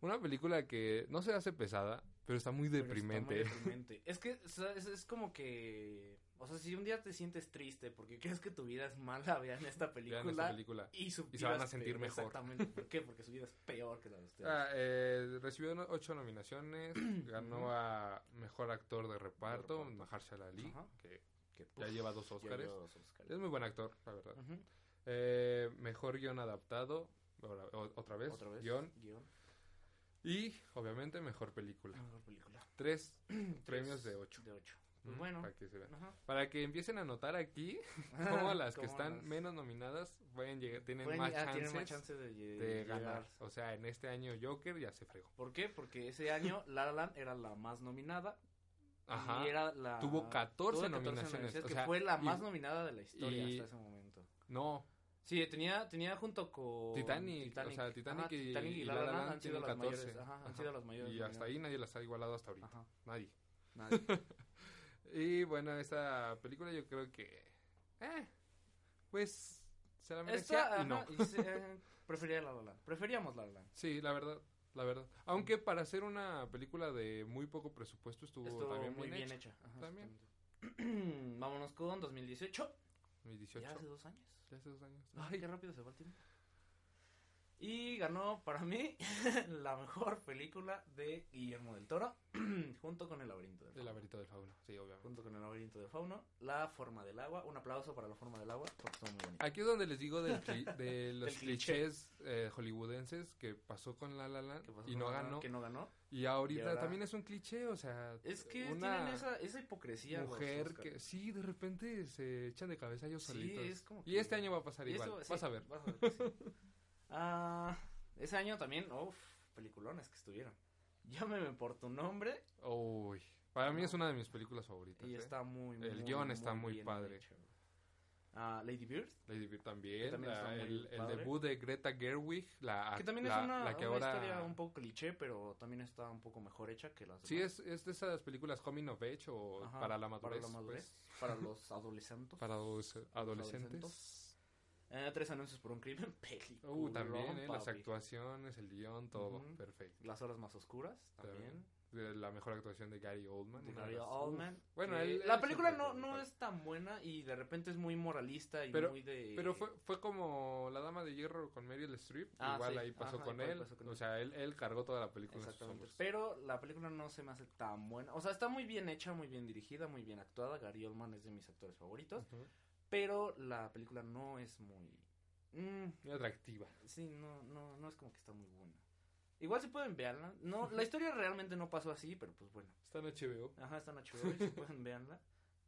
Una película que no se hace pesada, pero está muy
Pero
deprimente.
está muy deprimente. Es que o sea, es, es como que. O sea, si un día te sientes triste porque crees que tu vida es mala, vean esta película.
Vean esta película.
Y, su
Y se
vida
van a
es
sentir
peor.
mejor.
Exactamente. ¿Por qué? Porque su vida es peor que la de ustedes.
Ah, eh, recibió no- ocho nominaciones, ganó a Mejor Actor de Reparto,
reparto.
Mahershala Ali,
Ajá.
que
Que,
ya
puf,
lleva dos
ya
Óscares.
lleva dos Óscares.
es muy buen actor, la verdad.
Ujú.
Eh, mejor Guión Adaptado, ahora- o- otra vez,
Otra vez.
guión,
Guión.
y obviamente Mejor Película.
Mejor película.
Tres
Tres
premios de ocho.
De ocho.
Mm,
Pues bueno.
Para que, se vean.
Ajá.
Para que empiecen a notar aquí cómo las que
Cómo
están
las-
menos nominadas pueden llegar, tienen,
pueden-
más
ah,
chances
tienen más chance de, lle-
de
llegar.
ganar. O sea, en este año Joker ya se fregó.
¿Por qué? Porque ese año La La Land era la más nominada
Ajá.
Y era la-
Tuvo 14
tuvo
nominaciones, o
que
sea,
fue la
y-
más nominada de la historia
y-
hasta ese momento.
No,
Sí, tenía, tenía junto con
Titanic, o sea, Titanic y- y La La
Land
Land
han sido
tienen
las
14.
mayores. Ajá,
Ajá.
han sido las mayores.
y hasta ahí nadie las ha igualado hasta ahorita.
nominadas. Ajá.
Nadie.
Nadie.
Y bueno, esta película yo creo que. eh, pues. Se la merecía
Esta,
y no.
ajá, y se- eh, prefería La La Land. Preferíamos La La Land.
Sí, la verdad. la verdad. Aunque para hacer una película de muy poco presupuesto estuvo,
Estuvo
también
muy bien
hecha.
hecha. Ajá,
También.
exactamente. Vámonos con 2018.
2018.
Ya hace dos años.
Ya hace dos años.
Ay, qué rápido se va el tiempo. Y ganó para mí la mejor película de Guillermo del Toro, junto con El laberinto del
El
fauno.
laberinto del fauno, sí, obviamente.
Junto con El laberinto del fauno, La forma del agua. Un aplauso para La forma del agua, porque estuvo muy bonito.
Aquí es donde les digo del cli- de los
Del cliché.
clichés eh, hollywoodenses que pasó con La La Land
¿Qué pasó
y
con
no
La La-
ganó.
Que no ganó.
Y ahorita
Y ahora-
también es un cliché, o sea,
Es que
una
tienen esa, esa hipocresía. los
mujer
Oscar.
que sí, de repente se echan de cabeza ellos
Sí,
solitos.
es como
Y
que-
este año va a pasar
Y
igual,
eso, sí,
vas a ver.
vas a ver que sí. Ah, ese año también, uff, peliculones que estuvieron. Llámeme por tu nombre
Uy, para mí
No.
es una de mis películas favoritas.
y
¿eh?
está muy,
El guión está muy
bien
padre.
hecho, güey. Ah, Lady Bird,
Lady Bird también,
Que también está
la-
muy
el, el
padre.
debut de Greta Gerwig, la
que también
Ah, la-
es una,
la que
una
ahora
historia un poco cliché, pero también está un poco mejor hecha que las
Sí,
demás.
es, es de esas películas coming of age o
Ajá,
para la madurez.
Para la madurez,
pues,
para los adolescentes.
para los adolescentes.
adolescentes. Eh, tres anuncios por un crimen, película.
Uh, también, eh, las
papi.
actuaciones, el guión, todo,
Ujú.
perfecto.
Las horas más oscuras,
También.
también.
De La mejor actuación de Gary Oldman.
de
una
Gary
las-
Oldman.
Uf. Bueno,
que
él- él
la película
siempre
no,
fue
no
fan.
es tan buena y de repente es muy moralista y
Pero-
muy de...
Pero fue, fue como La Dama de Hierro con Meryl Streep.
Ah,
igual
sí.
ahí pasó
Ajá,
con
igual
él.
pasó con
o
él.
sea, él, él cargó toda la película en sus
Exactamente.
hombros.
Pero la película no se me hace tan buena. O sea, está muy bien hecha, muy bien dirigida, muy bien actuada. Gary Oldman es de mis actores favoritos.
Ujú.
Pero la película no es muy... Mm,
Muy atractiva.
sí, no, no, no es como que está muy buena. Igual si pueden verla. No, la historia realmente no pasó así, pero pues bueno.
Está en HBO.
Ajá, están a HBO, si pueden verla.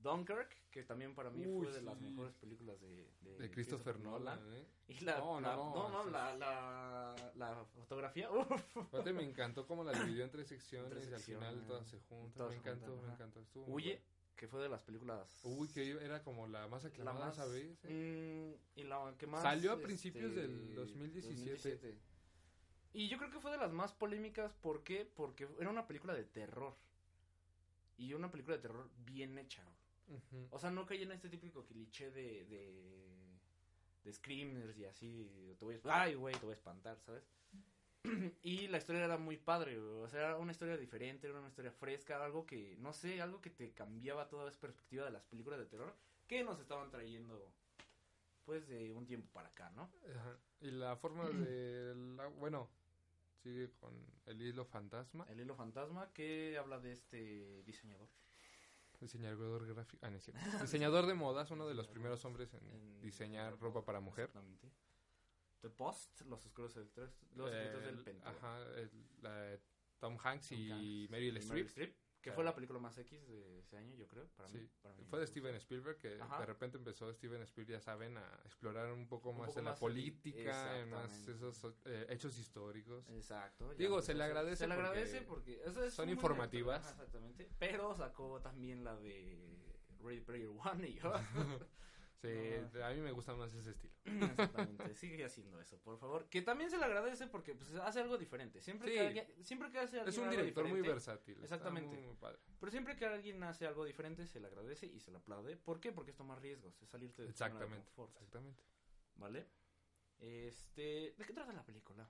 Dunkirk, que también para mí
Uy,
fue de las
sí.
mejores películas de,
De Christopher Nolan, ¿eh?
Y la,
No, no,
la-
no,
no, no,
eso es-
la, la, la fotografía, uff.
Aparte me encantó cómo la dividió en tres secciones
Tres
y al final
secciones.
todas se juntan.
Todas
me
se
encantó,
juntan,
me
ajá.
encantó. Estuvo muy
Huye, que fue de las películas.
bueno. Uy, que era como la más
la
aclamada
más,
esa vez. ¿eh?
mm, y la que más. este,
Salió a principios del 2017.
Y yo creo que fue de las más polémicas, ¿por qué? Porque era una película de terror. Y una película de terror bien hecha.
Ujú.
O sea, no caí en este típico cliché de, de, de screamers y así, te voy a, ay, güey, te voy a espantar, ¿sabes? Y la historia era muy padre, güey, o sea, era una historia diferente, era una historia fresca, algo que, no sé, algo que te cambiaba toda esa perspectiva de las películas de terror que nos estaban trayendo, pues, de un tiempo para acá, ¿no?
Ajá. Y la forma de... la- bueno, sigue con el hilo fantasma.
El hilo fantasma que habla de este diseñador
Diseñador gráfico. Ah, no es cierto. Diseñador de modas, uno de los primeros hombres en,
en-
diseñar ropa para mujer.
Exactamente. The Post, Los Oscuros Secretos, los secretos
Eh,
del
el-
Pentágono.
Ajá, el- la- Tom Hanks
Tom
y
Hanks
Meryl
y
Streep.
que
Claro.
fue la película más X de ese año, yo creo. Para
Sí.
mí, para mí
Fue de
me
Steven
gusta.
Spielberg que
Ajá.
de repente empezó Steven Spielberg, ya saben, a explorar un poco
Un
más
poco
de la
más el-
política, en más
Exactamente. Eh,
esos eh, hechos históricos.
Exacto. ya
Digo, se
empezó
le
a hacer-
agradece
Se le
porque
agradece porque. o sea, es
son
muy
informativas.
directo, ajá, Exactamente. Pero sacó también la de Ready Player One y yo.
Sí,
Ah.
a mí me gusta más ese estilo.
Exactamente. Sigue haciendo eso, por favor. Que también se le agradece porque pues, hace algo diferente. Siempre,
Sí.
que, alguien, siempre que hace
Es
alguien
un
algo
director muy
diferente,
versátil. está
Exactamente.
muy, muy padre.
Pero siempre que alguien hace algo diferente, se le agradece y se le aplaude. ¿Por qué? Porque es tomar riesgos, es salirte de tu zona de
Exactamente.
confort,
Exactamente.
¿Vale? Este. ¿De qué trata la película?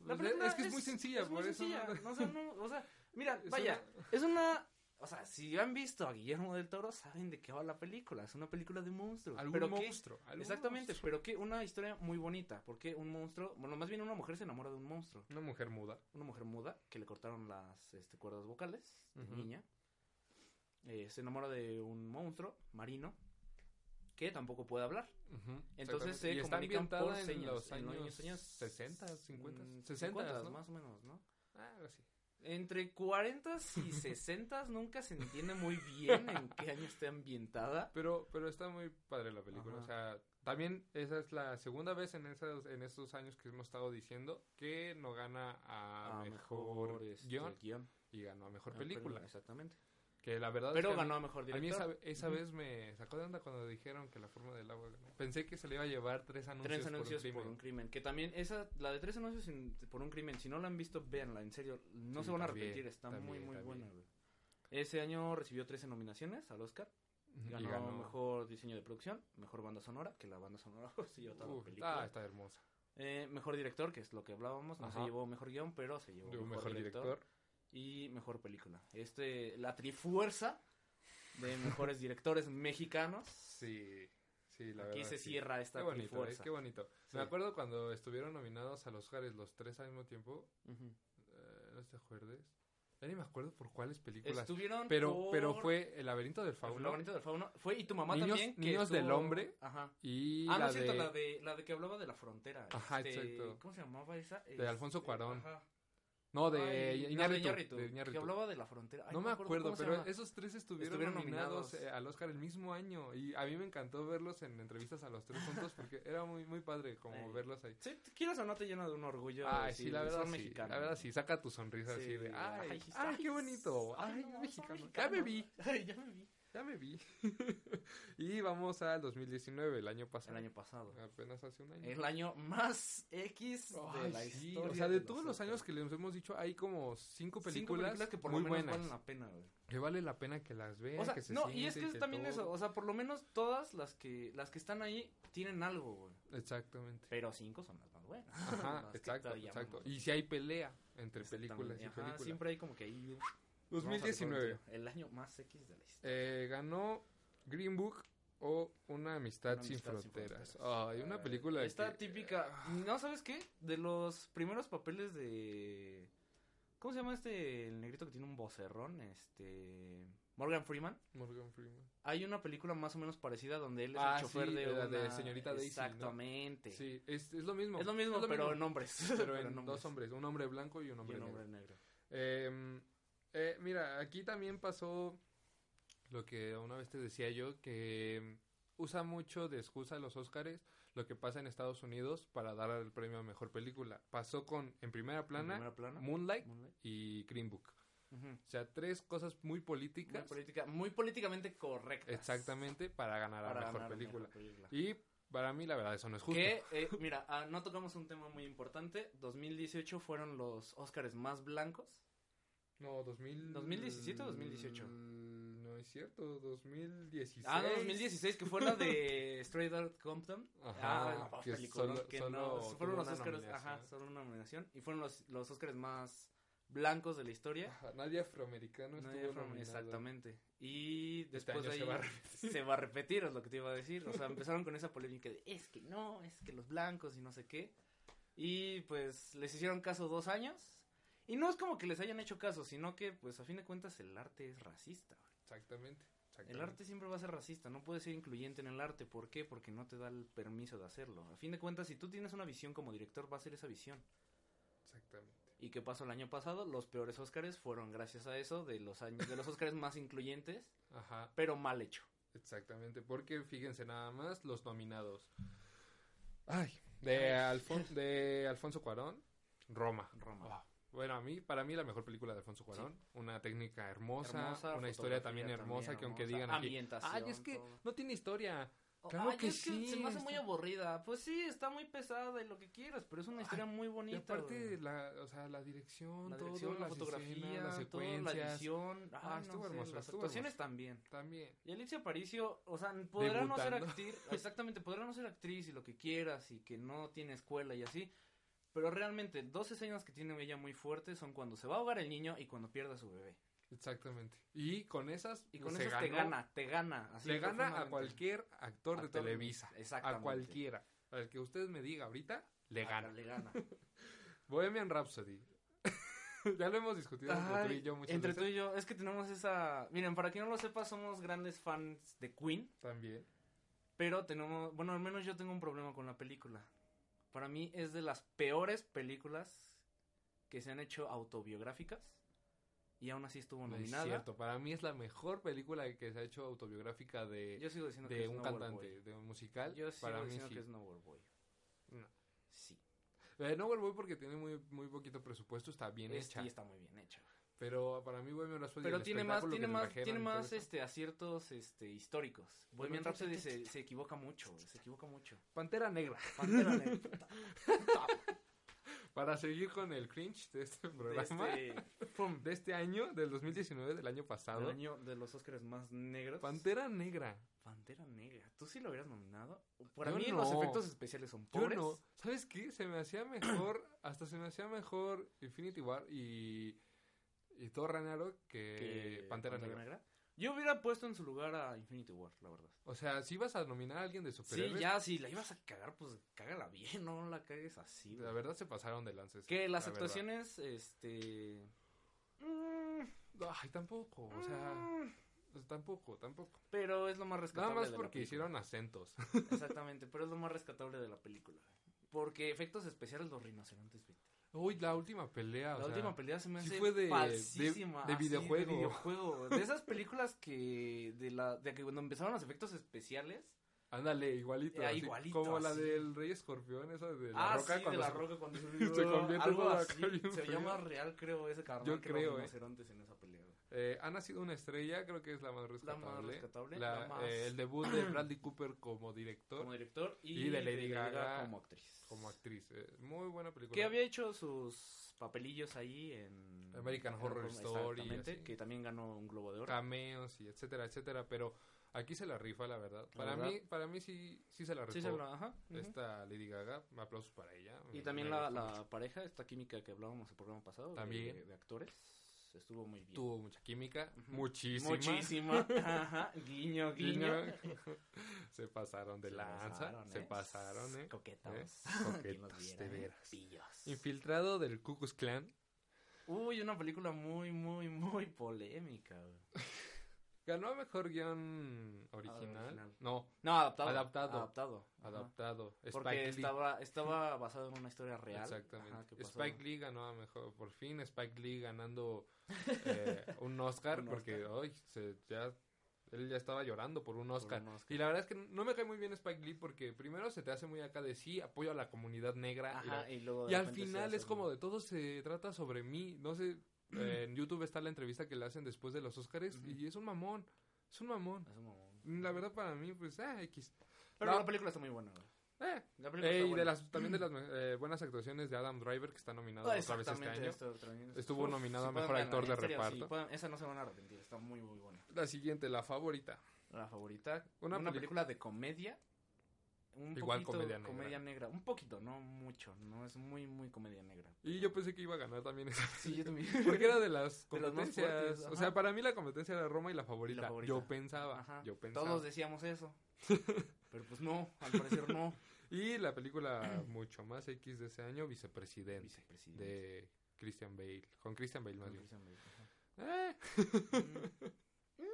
La
Pues,
película
es que es, muy sencilla,
es muy
por eso.
sencilla,
no-
no, o sea, no, o sea, mira,
Es
vaya,
una-
es una... O sea, si han visto a Guillermo del Toro, saben de qué va la película. Es una película de monstruos.
algún
pero que-
monstruo. algún
exactamente,
monstruo.
pero que una historia muy bonita. Porque un monstruo... Bueno, más bien una mujer se enamora de un monstruo.
Una mujer muda.
Una mujer muda que le cortaron las este, cuerdas vocales de
Ujú.
niña. Eh, se enamora de un monstruo marino que tampoco puede hablar.
Ujú,
Entonces
exactamente.
se
y está
comunican
ambientada
por
en
señas,
los
en los
años
años
60, 50,
Mm,
60, ¿no?
más o menos, ¿no?
Ah, algo así.
Entre 40 y 60 nunca se entiende muy bien en qué año está ambientada.
Pero, pero está muy padre la película.
Ajá.
O sea, también esa es la segunda vez en esos, en estos años que hemos estado diciendo que no gana a,
Ah,
mejor,
este,
guión
guión.
y ganó a mejor
Ah,
película.
pero- exactamente.
Que la verdad es
Pero
que a mí-
ganó a mejor
a mí
director.
esa, esa
Ujú.
vez me sacó de onda cuando dijeron que la forma del agua ganó. Pensé que se le iba a llevar tres anuncios,
Tres anuncios
por un crimen.
crimen. Que también, esa, la de tres anuncios sin- por un crimen, si no la han visto, véanla, en serio. No
Sí,
se van a
también,
arrepentir, está muy,
también,
muy
también.
buena, güey. Ese año recibió 13 nominaciones al Oscar.
Ujú,
Ganó,
y ganó.
mejor diseño de producción, mejor banda sonora, que la banda sonora sí, otra
Uf,
película.
ah, está hermosa.
Eh, mejor director, que es lo que hablábamos, no
Ajá.
se llevó mejor guión, pero se llevó
De un
mejor,
mejor
director,
director.
y mejor película. Este, la trifuerza de mejores directores mexicanos.
Sí, sí, la
Aquí
verdad,
se
sí.
cierra esta
Qué bonito, ¿eh?
trifuerza.
qué bonito.
Sí.
Me acuerdo cuando estuvieron nominados a los Oscars los tres al mismo tiempo.
Ujú.
eh, ¿No te acuerdas? Ya ni me acuerdo por cuáles películas.
Estuvieron
Pero, pero
por-
fue El laberinto del
El
fauno
laberinto del fauno. Fue y tu mamá
Niños-
también. que
Niños del
estuvo-
Hombre.
Ajá.
y
Ah,
la,
no es cierto,
de,
la de la de que hablaba de la frontera.
Ajá,
este,
exacto.
¿Cómo se llamaba esa? Este, De
Alfonso Cuarón. No, de
Ay, no,
Iñárritu,
Iñárritu,
de Iñárritu.
Que hablaba de la frontera. Ay,
no me acuerdo,
cómo se
pero
llama.
esos tres estuvieron,
Estuvieron
nominados,
nominados.
eh, al Oscar el mismo año. Y a mí me encantó verlos en entrevistas a los tres juntos porque era muy, muy padre como
Ey.
verlos ahí.
Sí, te- quieras o no te llena de un orgullo.
Ay,
decir,
sí, la verdad
son
sí,
mexicano.
la verdad sí, saca tu sonrisa
Sí,
así de, ay, ay,
ay,
qué
ay,
bonito,
ay,
ay,
no,
qué mexicano,
son
ya
mexicanos.
me vi,
Ay, ya me vi.
ya me vi. y vamos al 2019, el año
El
pasado,
año pasado.
apenas hace un año.
El año más X de
Ay,
la
sí,
historia.
o sea, de
los
todos los
Oscars.
años que les hemos dicho, hay como cinco películas,
Cinco películas que por
muy
lo menos
buenas,
valen la pena, güey.
que vale la pena que las vean,
O sea,
que se
no, y es que
sienten,
es también
todo.
eso, o sea, por lo menos todas las que las que están ahí tienen algo, güey.
Exactamente.
Pero cinco son las más buenas.
Ajá,
Las que
exacto,
todavía
exacto.
amamos.
Y si hay pelea entre películas y
Ajá,
películas.
siempre hay como que ahí... nos vamos a dejar un
2019.
tiro. El año más X de la historia.
Eh, ganó Green Book o Una amistad,
Una
sin,
amistad sin
fronteras.
fronteras.
Ay, una
Ay,
película de
Esta
que- ah.
típica... ¿No sabes qué? De los primeros papeles de... ¿Cómo se llama este el negrito que tiene un vocerrón? Este... Morgan Freeman.
Morgan Freeman.
Hay una película más o menos parecida donde él es
Ah,
el chofer
sí,
de
la de
una-
Señorita Daisy, ¿no?
Exactamente.
Sí, es, es lo mismo.
Es lo mismo, pero en hombres.
pero en
hombres.
dos hombres, un hombre blanco y un
Y
hombre
un
negro.
hombre negro.
Eh, eh, mira, aquí también pasó lo que una vez te decía yo, que usa mucho de excusa los Óscares lo que pasa en Estados Unidos para dar el premio a mejor película. Pasó con En Primera Plana,
Primera plana.
Moonlight
Moonlight.
y Green Book.
Ujú.
O sea, tres cosas muy
Muy,
políticas.
política, muy políticamente correcta.
Exactamente, para ganar a la mejor película. Y para mí, la verdad, eso no es justo.
Que, eh, mira, ah, no tocamos un tema muy importante. 2018 fueron los Óscares más blancos.
No, 2000...
2017 o 2018?
No es cierto, 2016.
Ah, no, 2016, que fue la de Straight Outta Compton.
Ajá,
ah,
que
peliculón,
solo-
que
solo
no,
tuvo
fueron los
una
Óscares, ajá,
nominación.
solo una nominación. Y fueron los, los Óscares más blancos de la historia.
Ajá, nadie afroamericano
No,
estuvo
ya fueron-
nominado.
exactamente. Y
Este
después
año
de ahí
se va a repetir.
se va a repetir, es lo que te iba a decir. O sea, empezaron con esa polémica de es que no, es que los blancos y no sé qué. Y pues les hicieron caso dos años. Y no es como que les hayan hecho caso, sino que pues a fin de cuentas el arte es racista. güey.
Exactamente,
El
exactamente.
arte siempre va a ser racista, no puedes ser incluyente en el arte. ¿Por qué? Porque no te da el permiso de hacerlo. A fin de cuentas, si tú tienes una visión como director, va a ser esa visión.
Exactamente.
¿Y qué pasó el año pasado? Los peores Óscares fueron gracias a eso, de los años, de los Óscares más incluyentes,
Ajá,
pero mal hecho.
exactamente. Porque fíjense nada más los nominados. Ay, de, Alfon- de Alfonso Cuarón, Roma.
Roma.
Ah, bueno, a mí, para mí la mejor película de Alfonso Cuarón. Una técnica hermosa, una
fotografía
historia también hermosa, que aunque
hermosa,
digan aquí,
ambientación,
ay, es que
todo.
no tiene historia.
Oh,
claro
ay,
que
es
sí,
se me hace
está-
muy aburrida. Pues sí, está muy pesada y lo que quieras, pero es una historia muy
Y
bonita.
aparte,
güey.
la, o sea, la dirección,
la
todo,
dirección, la
las
fotografía,
escenas, las
todo,
secuencias,
la edición, ay,
Ah,
no
estuvo
sé,
hermoso,
las
estuvo
actuaciones
hermoso.
también.
también.
Y Alicia Aparicio, o sea, podrá no ser
Debutando.
actriz, exactamente, podrá no ser actriz y lo que quieras y que no tiene escuela y así, pero realmente dos escenas que tiene ella muy fuertes son cuando se va a ahogar el niño y cuando pierde a su bebé.
Exactamente. Y con esas, pues,
Y con
se
esas te
ganó-
gana, te gana. así
le gana a
profundamente.
cualquier actor, de
Actor,
Televisa. A
exactamente.
cualquiera. Al que usted me diga ahorita, le
Ah,
gana.
Le gana.
Bohemian Rhapsody. ya lo hemos discutido entre tú y
Ay,
yo muchas
entre tú
veces.
y yo, es que tenemos esa... Miren, para quien no lo sepa, somos grandes fans de Queen,
También.
pero tenemos... Bueno, al menos yo tengo un problema con la película. Para mí es de las peores películas que se han hecho autobiográficas y aún así estuvo
No es
nominada.
cierto. Para mí es la mejor película que se ha hecho autobiográfica de,
Yo sigo diciendo que
de
es
un
Nowhere
cantante,
Boy.
de un musical.
Yo sigo
Para mí
diciendo
sí.
que es Nowhere Boy.
No.
Sí.
Eh, no vuelvo porque tiene muy, muy poquito presupuesto, está bien
Es-
hecha.
Y está muy bien hecha.
Pero para mí Bohemian Rhapsody
Pero
el
tiene más,
espectáculo
tiene
que
más,
trajeron
tiene
y todo
más
eso.
este aciertos este históricos.
Bueno,
Bohemian
entonces-
Rhapsody se, se equivoca mucho, se equivoca mucho.
Pantera Negra.
Pantera Negra.
Para seguir con el cringe de este
De
programa, de
este
este, año, del 2019, del año
el
pasado,
año de los Óscares más negros.
Pantera Negra.
Pantera Negra. ¿Tú sí lo hubieras nominado? Para
Yo
mí
no.
los efectos especiales son
Yo
pobres.
no. ¿Sabes qué? Se me hacía mejor, hasta se me hacía mejor Infinity War y, y Thor Ragnarok que
que
Eh, Pantera Negra.
Yo hubiera puesto en su lugar a Infinity War, la verdad.
O sea, si vas a nominar a alguien de
Sí,
superhéroes,
ya, si la ibas a cagar, pues cágala bien, no la cagues así.
la
güey.
verdad se pasaron de lances.
Que las
la verdad.
actuaciones, este... mm,
Ay, tampoco, o sea,
mm,
tampoco, tampoco.
pero es lo más
Nada
rescatable
más
de la
porque
película.
hicieron acentos.
Exactamente, pero es lo más rescatable de la película. Porque efectos especiales los rinocerontes, güey.
Uy, la última pelea,
La
o sea,
última pelea se me
sí
hace
fue de- de-
falsísima,
de
así,
videojuego.
de videojuego. De esas películas que de la de que cuando empezaron los efectos especiales,
Ándale, igualito.
Eh,
así,
igualito,
como la
así.
del Rey Escorpión, esa de la
ah,
roca
sí, de
cuando
la
se-
roca cuando se,
se convierte
algo
todo acá
así,
bien
se
feo.
veía más real, creo, ese carnal
Yo
que los
creo, eh.
rinocerontes en esa pelea. güey.
Eh, ha nacido una estrella, creo que es la más
La
rescatable.
más rescatable,
La-
la más-
eh, el debut de Bradley Cooper como director,
Como
como,
director y,
Y de Lady Gaga
como actriz.
actriz. Eh, muy buena película.
Que había hecho sus papelillos ahí en
American Horror Story,
Exactamente,
así.
que también ganó un Globo de Oro.
Cameos y etcétera, etcétera. Pero aquí se la rifa, la verdad.
La
para
verdad.
mí para mí sí, sí se la rifó.
Sí, se lo- ajá, ujú.
Esta Lady Gaga, aplausos para ella.
Y
me-
también
me
la,
gustó
la
mucho.
pareja, esta química que hablábamos el programa pasado, de- De,
También.
actores, estuvo muy bien.
Tuvo mucha química,
Ujú.
muchísima.
Muchísima. Ajá, guiño, guiño.
se pasaron de
Se
lanza,
pasaron,
se
¿eh?
pasaron, ¿eh?
Coquetos.
¿Eh?
¿Quién los
Coquetos,
viera,
de
eh?
veras.
Pillos.
Infiltrado del Ku Klux Klan,
Uy, una película muy, muy, muy polémica. güey.
ganó mejor guión original.
original.
No,
No, adaptado.
Adaptado.
Adaptado. ajá.
adaptado.
Porque
Spike Lee.
estaba, estaba basado en una historia real.
Exactamente.
Ajá, que pasó.
Spike Lee ganó a mejor, por fin Spike Lee ganando eh, un Oscar,
Un
porque hoy se, ya él ya estaba llorando por un
Por
Oscar.
un Oscar.
Y la verdad es que no me cae muy bien Spike Lee porque primero se te hace muy acá de sí, apoyo a la comunidad negra. y la-
Ajá, y luego
Y
de
al
repente se
final
hace
es
un-
como de todo se trata sobre mí. No sé, eh, en YouTube está la entrevista que le hacen después de los Oscars
Ujú.
y es un mamón. Es un mamón.
es un mamón.
Mm, La verdad para mí, pues, ah, X.
Pero
No.
la película está muy buena. güey.
Eh.
La
Eh,
película está
y
buena.
de las, también de las eh, buenas actuaciones de Adam Driver, que está nominado
Ah,
otra vez este
exactamente,
año.
esto también es-
Estuvo nominado a
pueden
mejor actor
verla, en
de
serio, sí,
reparto.
pueden- esa no se van a arrepentir, está muy, muy buena.
La siguiente, la favorita.
La favorita.
Una
Una,
pelic-
película de comedia. Un
Igual
poquito
comedia negra.
Un poquito, no mucho. No es muy, muy comedia negra.
Y yo pensé que iba a ganar también esa.
Sí, yo también.
Porque era de las
De las más
competencias.
fuertes,
o
ajá.
sea, para mí la competencia era Roma y la favorita.
favorita.
Yo pensaba.
Ajá,
Yo pensaba.
Todos decíamos eso. Pero pues no, al parecer no.
Y la película mucho más X de ese año, Vicepresidente.
Vicepresidente.
de Christian Bale. Con Christian Bale más
Con
bien.
Christian Bale, ajá.
Eh,
Mm,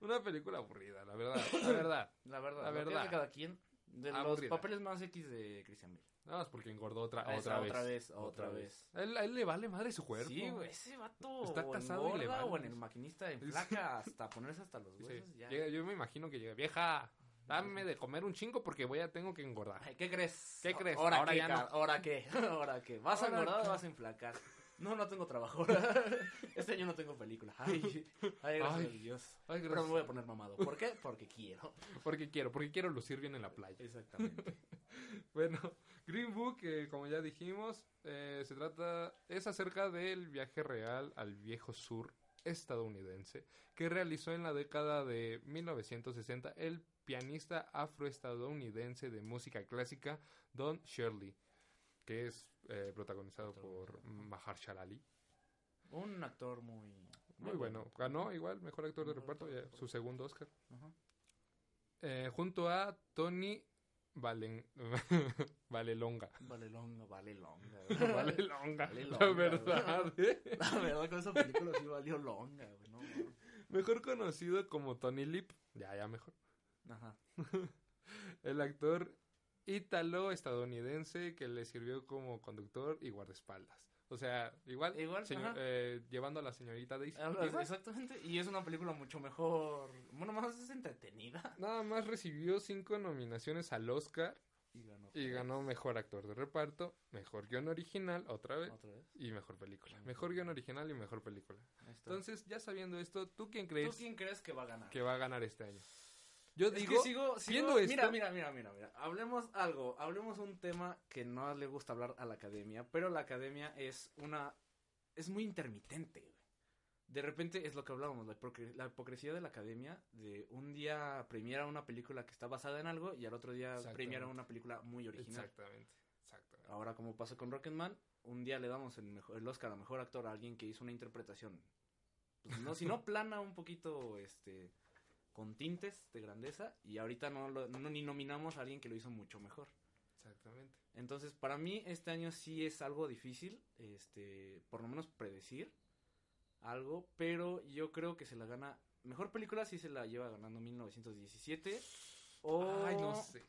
una película aburrida, la verdad. La verdad.
La verdad,
La
la verdad.
verdad.
cada quien. De
Aburrida.
los papeles más X de Christian Bale.
Nada más porque engordó otra,
Ah, esa,
otra, vez.
Otra vez, otra vez.
A él, a él le vale madre su cuerpo.
Sí, güey, ese vato
Está
o
casado y le
engorda,
vale.
o en el maquinista en placa hasta ponerse hasta los
Dice,
huesos ya.
llega- yo me imagino que llega, vieja, dame de comer un chingo porque voy a tengo que engordar.
Ay, ¿Qué crees?
¿Qué crees?
Ahora,
Ahora
qué,
ya no.
car- ahora qué, ahora qué. ¿Vas
Ahora
a engordar
qué.
o vas a enflacar? No, no tengo trabajo. este año no tengo película. Ay, ay, gracias
Ay.
a Dios.
Ay,
Pero me
gracias.
voy a poner mamado. ¿Por qué? Porque quiero.
Porque quiero, porque quiero lucir bien en la playa.
Exactamente.
Bueno, Green Book, eh, como ya dijimos, eh, se trata, es acerca del viaje real al viejo sur estadounidense que realizó en la década de 1960 el pianista afroestadounidense de música clásica Don Shirley, que es eh, protagonizado por Mahershala Ali.
Un actor muy...
Muy bueno, ganó igual mejor actor de reparto, ya, su segundo Oscar.
Ajá.
Eh, junto a Tony Valen... Valelonga.
Vale longa, vale longa.
Vale longa,
Vale
la
longa,
verdad. ¿eh?
La verdad con esa película sí valió longa, güey. No, mames.
Mejor conocido como Tony Lip, ya, ya mejor.
Ajá.
El actor ítalo-estadounidense que le sirvió como conductor y guardaespaldas. O sea, igual,
Igual,
señor-
ajá.
eh, llevando a la señorita Daisy.
Ah, Exactamente, y es una película mucho mejor, bueno, más es entretenida.
Nada más recibió cinco nominaciones al Oscar
Y ganó.
y ganó mejor actor de reparto, mejor guión original, otra vez,
Otra vez.
y mejor película.
Mejor
Mejor guión
película.
original y mejor película.
Ahí está.
Entonces, ya sabiendo esto, ¿tú quién
¿tú
crees
quién crees que va a ganar?
que va a ganar este año? Yo
Es que
digo,
sigo, sigo-
viendo esto-
Mira, mira, mira, mira, mira. Hablemos algo, hablemos un tema que no le gusta hablar a la academia, pero la academia es una, es muy intermitente. güey. De repente es lo que hablábamos, la, hipocre- la hipocresía de la academia, de un día premiar una película que está basada en algo y al otro día
Exactamente.
premiar una película muy original.
exactamente, exactamente.
Ahora, como pasó con Rocketman, un día le damos el, mejo- el Oscar a mejor actor a alguien que hizo una interpretación. Pues, no, si no plana un poquito, este, con tintes de grandeza, y ahorita no, lo- no- ni nominamos a alguien que lo hizo mucho mejor.
Exactamente.
Entonces, para mí este año sí es algo difícil, este, por lo menos predecir algo, pero yo creo que se la gana. Mejor película sí se la lleva ganando 1917 o
Ay, no sé.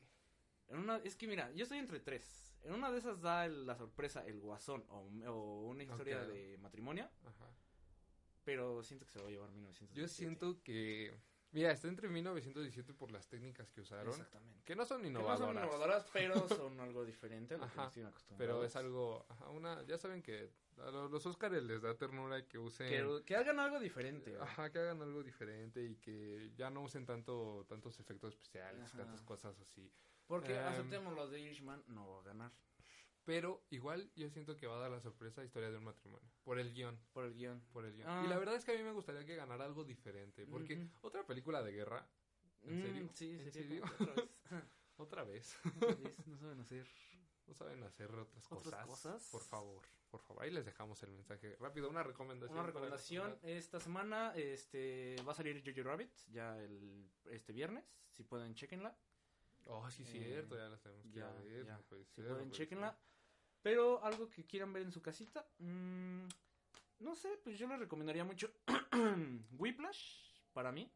en una, es que mira, yo estoy entre tres. En una de esas da el- la sorpresa el guasón o, un- o una historia
Ok.
de matrimonio,
Ajá.
pero siento que se va a llevar 1900.
Yo siento que. Mira, está entre 1917 por las técnicas que usaron.
Exactamente.
Que no son
Que no
innovadoras.
son innovadoras, pero son algo diferente a lo que
Ajá,
nos tienen acostumbrados.
Pero es algo. ajá, una, ya saben que a lo- los Óscares les da ternura que usen.
Que, que hagan algo diferente. güey.
Ajá, que hagan algo diferente y que ya no usen tanto tantos efectos especiales y
Ajá.
tantas cosas así.
Porque
Em.
aceptemos los de Irishman, no va a ganar.
Pero igual yo siento que va a dar la sorpresa historia de un matrimonio. Por el guión,
Por el guión.
por el guión.
Ah.
Y la verdad es que a mí me gustaría que ganara algo diferente. Porque
Ujú.
otra película de guerra, ¿En
Mm,
serio?
Sí,
¿En
sería como
serio?
que otra vez.
otra vez.
Otra vez, no saben hacer.
No saben hacer otras cosas.
¿Otras cosas?
Por favor, por favor. Ahí les dejamos el mensaje. Rápido, una recomendación.
Una
para la
recomendación
comunidad.
esta semana este va a salir Jojo Rabbit ya el este viernes, si pueden chequenla.
Oh, sí,
Eh,
cierto. Ya las tenemos Pues que ir
Ya,
a ver.
ya.
no puede
si
ser, no
pueden
puede
chequenla.
ser.
Pero algo que quieran ver en su casita, mm, no sé, pues yo les recomendaría mucho Whiplash para mí,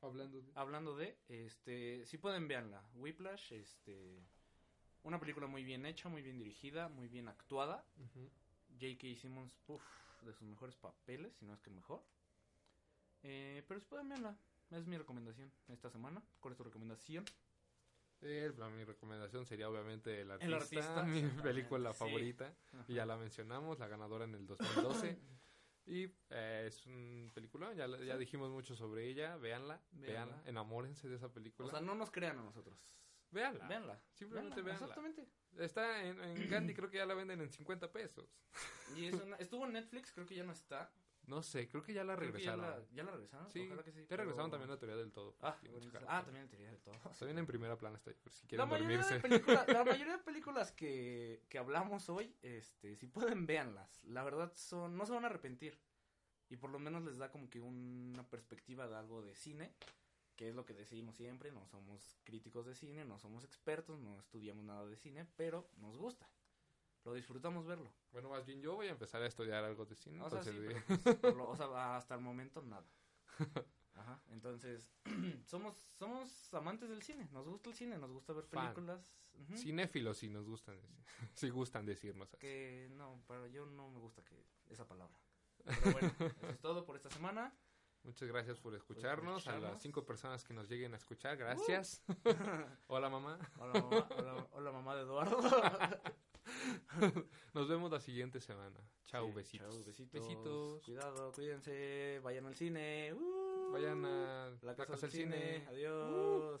Hablando de...
hablando de este, si pueden véanla, Whiplash este una película muy bien hecha, muy bien dirigida, muy bien actuada.
Ujú.
J.K. Simmons, uf, de sus mejores papeles, si no es que el mejor. Eh, pero si pueden verla. Es mi recomendación esta semana. ¿Cuál es tu recomendación?
Eh, la- mi recomendación sería obviamente El Artista,
Artista,
mi
exactamente,
película
sí.
favorita. Y ya la mencionamos, la ganadora en el 2012. y eh, es un película, ya, la- ya
Sí.
dijimos mucho sobre ella, véanla,
Véanla.
véanla, enamórense de esa película.
O sea, no nos crean a nosotros.
véanla.
Véanla.
Simplemente véanla.
Exactamente.
Está en, en Gandhi, creo que ya la venden en 50 pesos.
Y es una- estuvo en Netflix, creo que ya no está.
No sé, creo que ya la
Creo que ya
regresaron.
la- ¿Ya la, regresaron?
Sí,
Ojalá que sí.
ya regresaron
pero-
también la teoría del todo.
Ah,
Sí,
bueno,
checarla.
ah, también la teoría del todo.
Está bien en primera plana está ahí, por si
La
quieren
mayoría, de
dormirse.
películas, la mayoría de películas que, que hablamos hoy, este, si pueden, véanlas. La verdad, son, no se van a arrepentir. Y por lo menos les da como que una perspectiva de algo de cine, que es lo que decidimos siempre. No somos críticos de cine, no somos expertos, no estudiamos nada de cine, pero nos gusta. Lo disfrutamos verlo.
Bueno, más bien yo voy a empezar a estudiar algo de cine.
O sea, sí,
entonces, eh,
pero, pues, por lo- o sea, hasta el momento nada. Ajá, entonces, somos, somos amantes del cine, nos gusta el cine, nos gusta ver
Fan.
películas. ujú.
Cinéfilos, si nos gustan decir. Si gustan decirnos así.
Que no, para yo no me gusta que esa palabra. Pero bueno, eso es todo por esta semana.
Muchas gracias por escucharnos. A
escucharnos.
las cinco personas que nos lleguen a escuchar, gracias. Hola, mamá.
Hola mamá, hola, hola, mamá de Eduardo.
Nos vemos la siguiente semana. Chau,
Sí,
besitos.
chao, besitos.
Besitos.
Cuidado, cuídense, vayan al cine. Uh,
Vayan a la casa, del cine. Uh.
Adiós.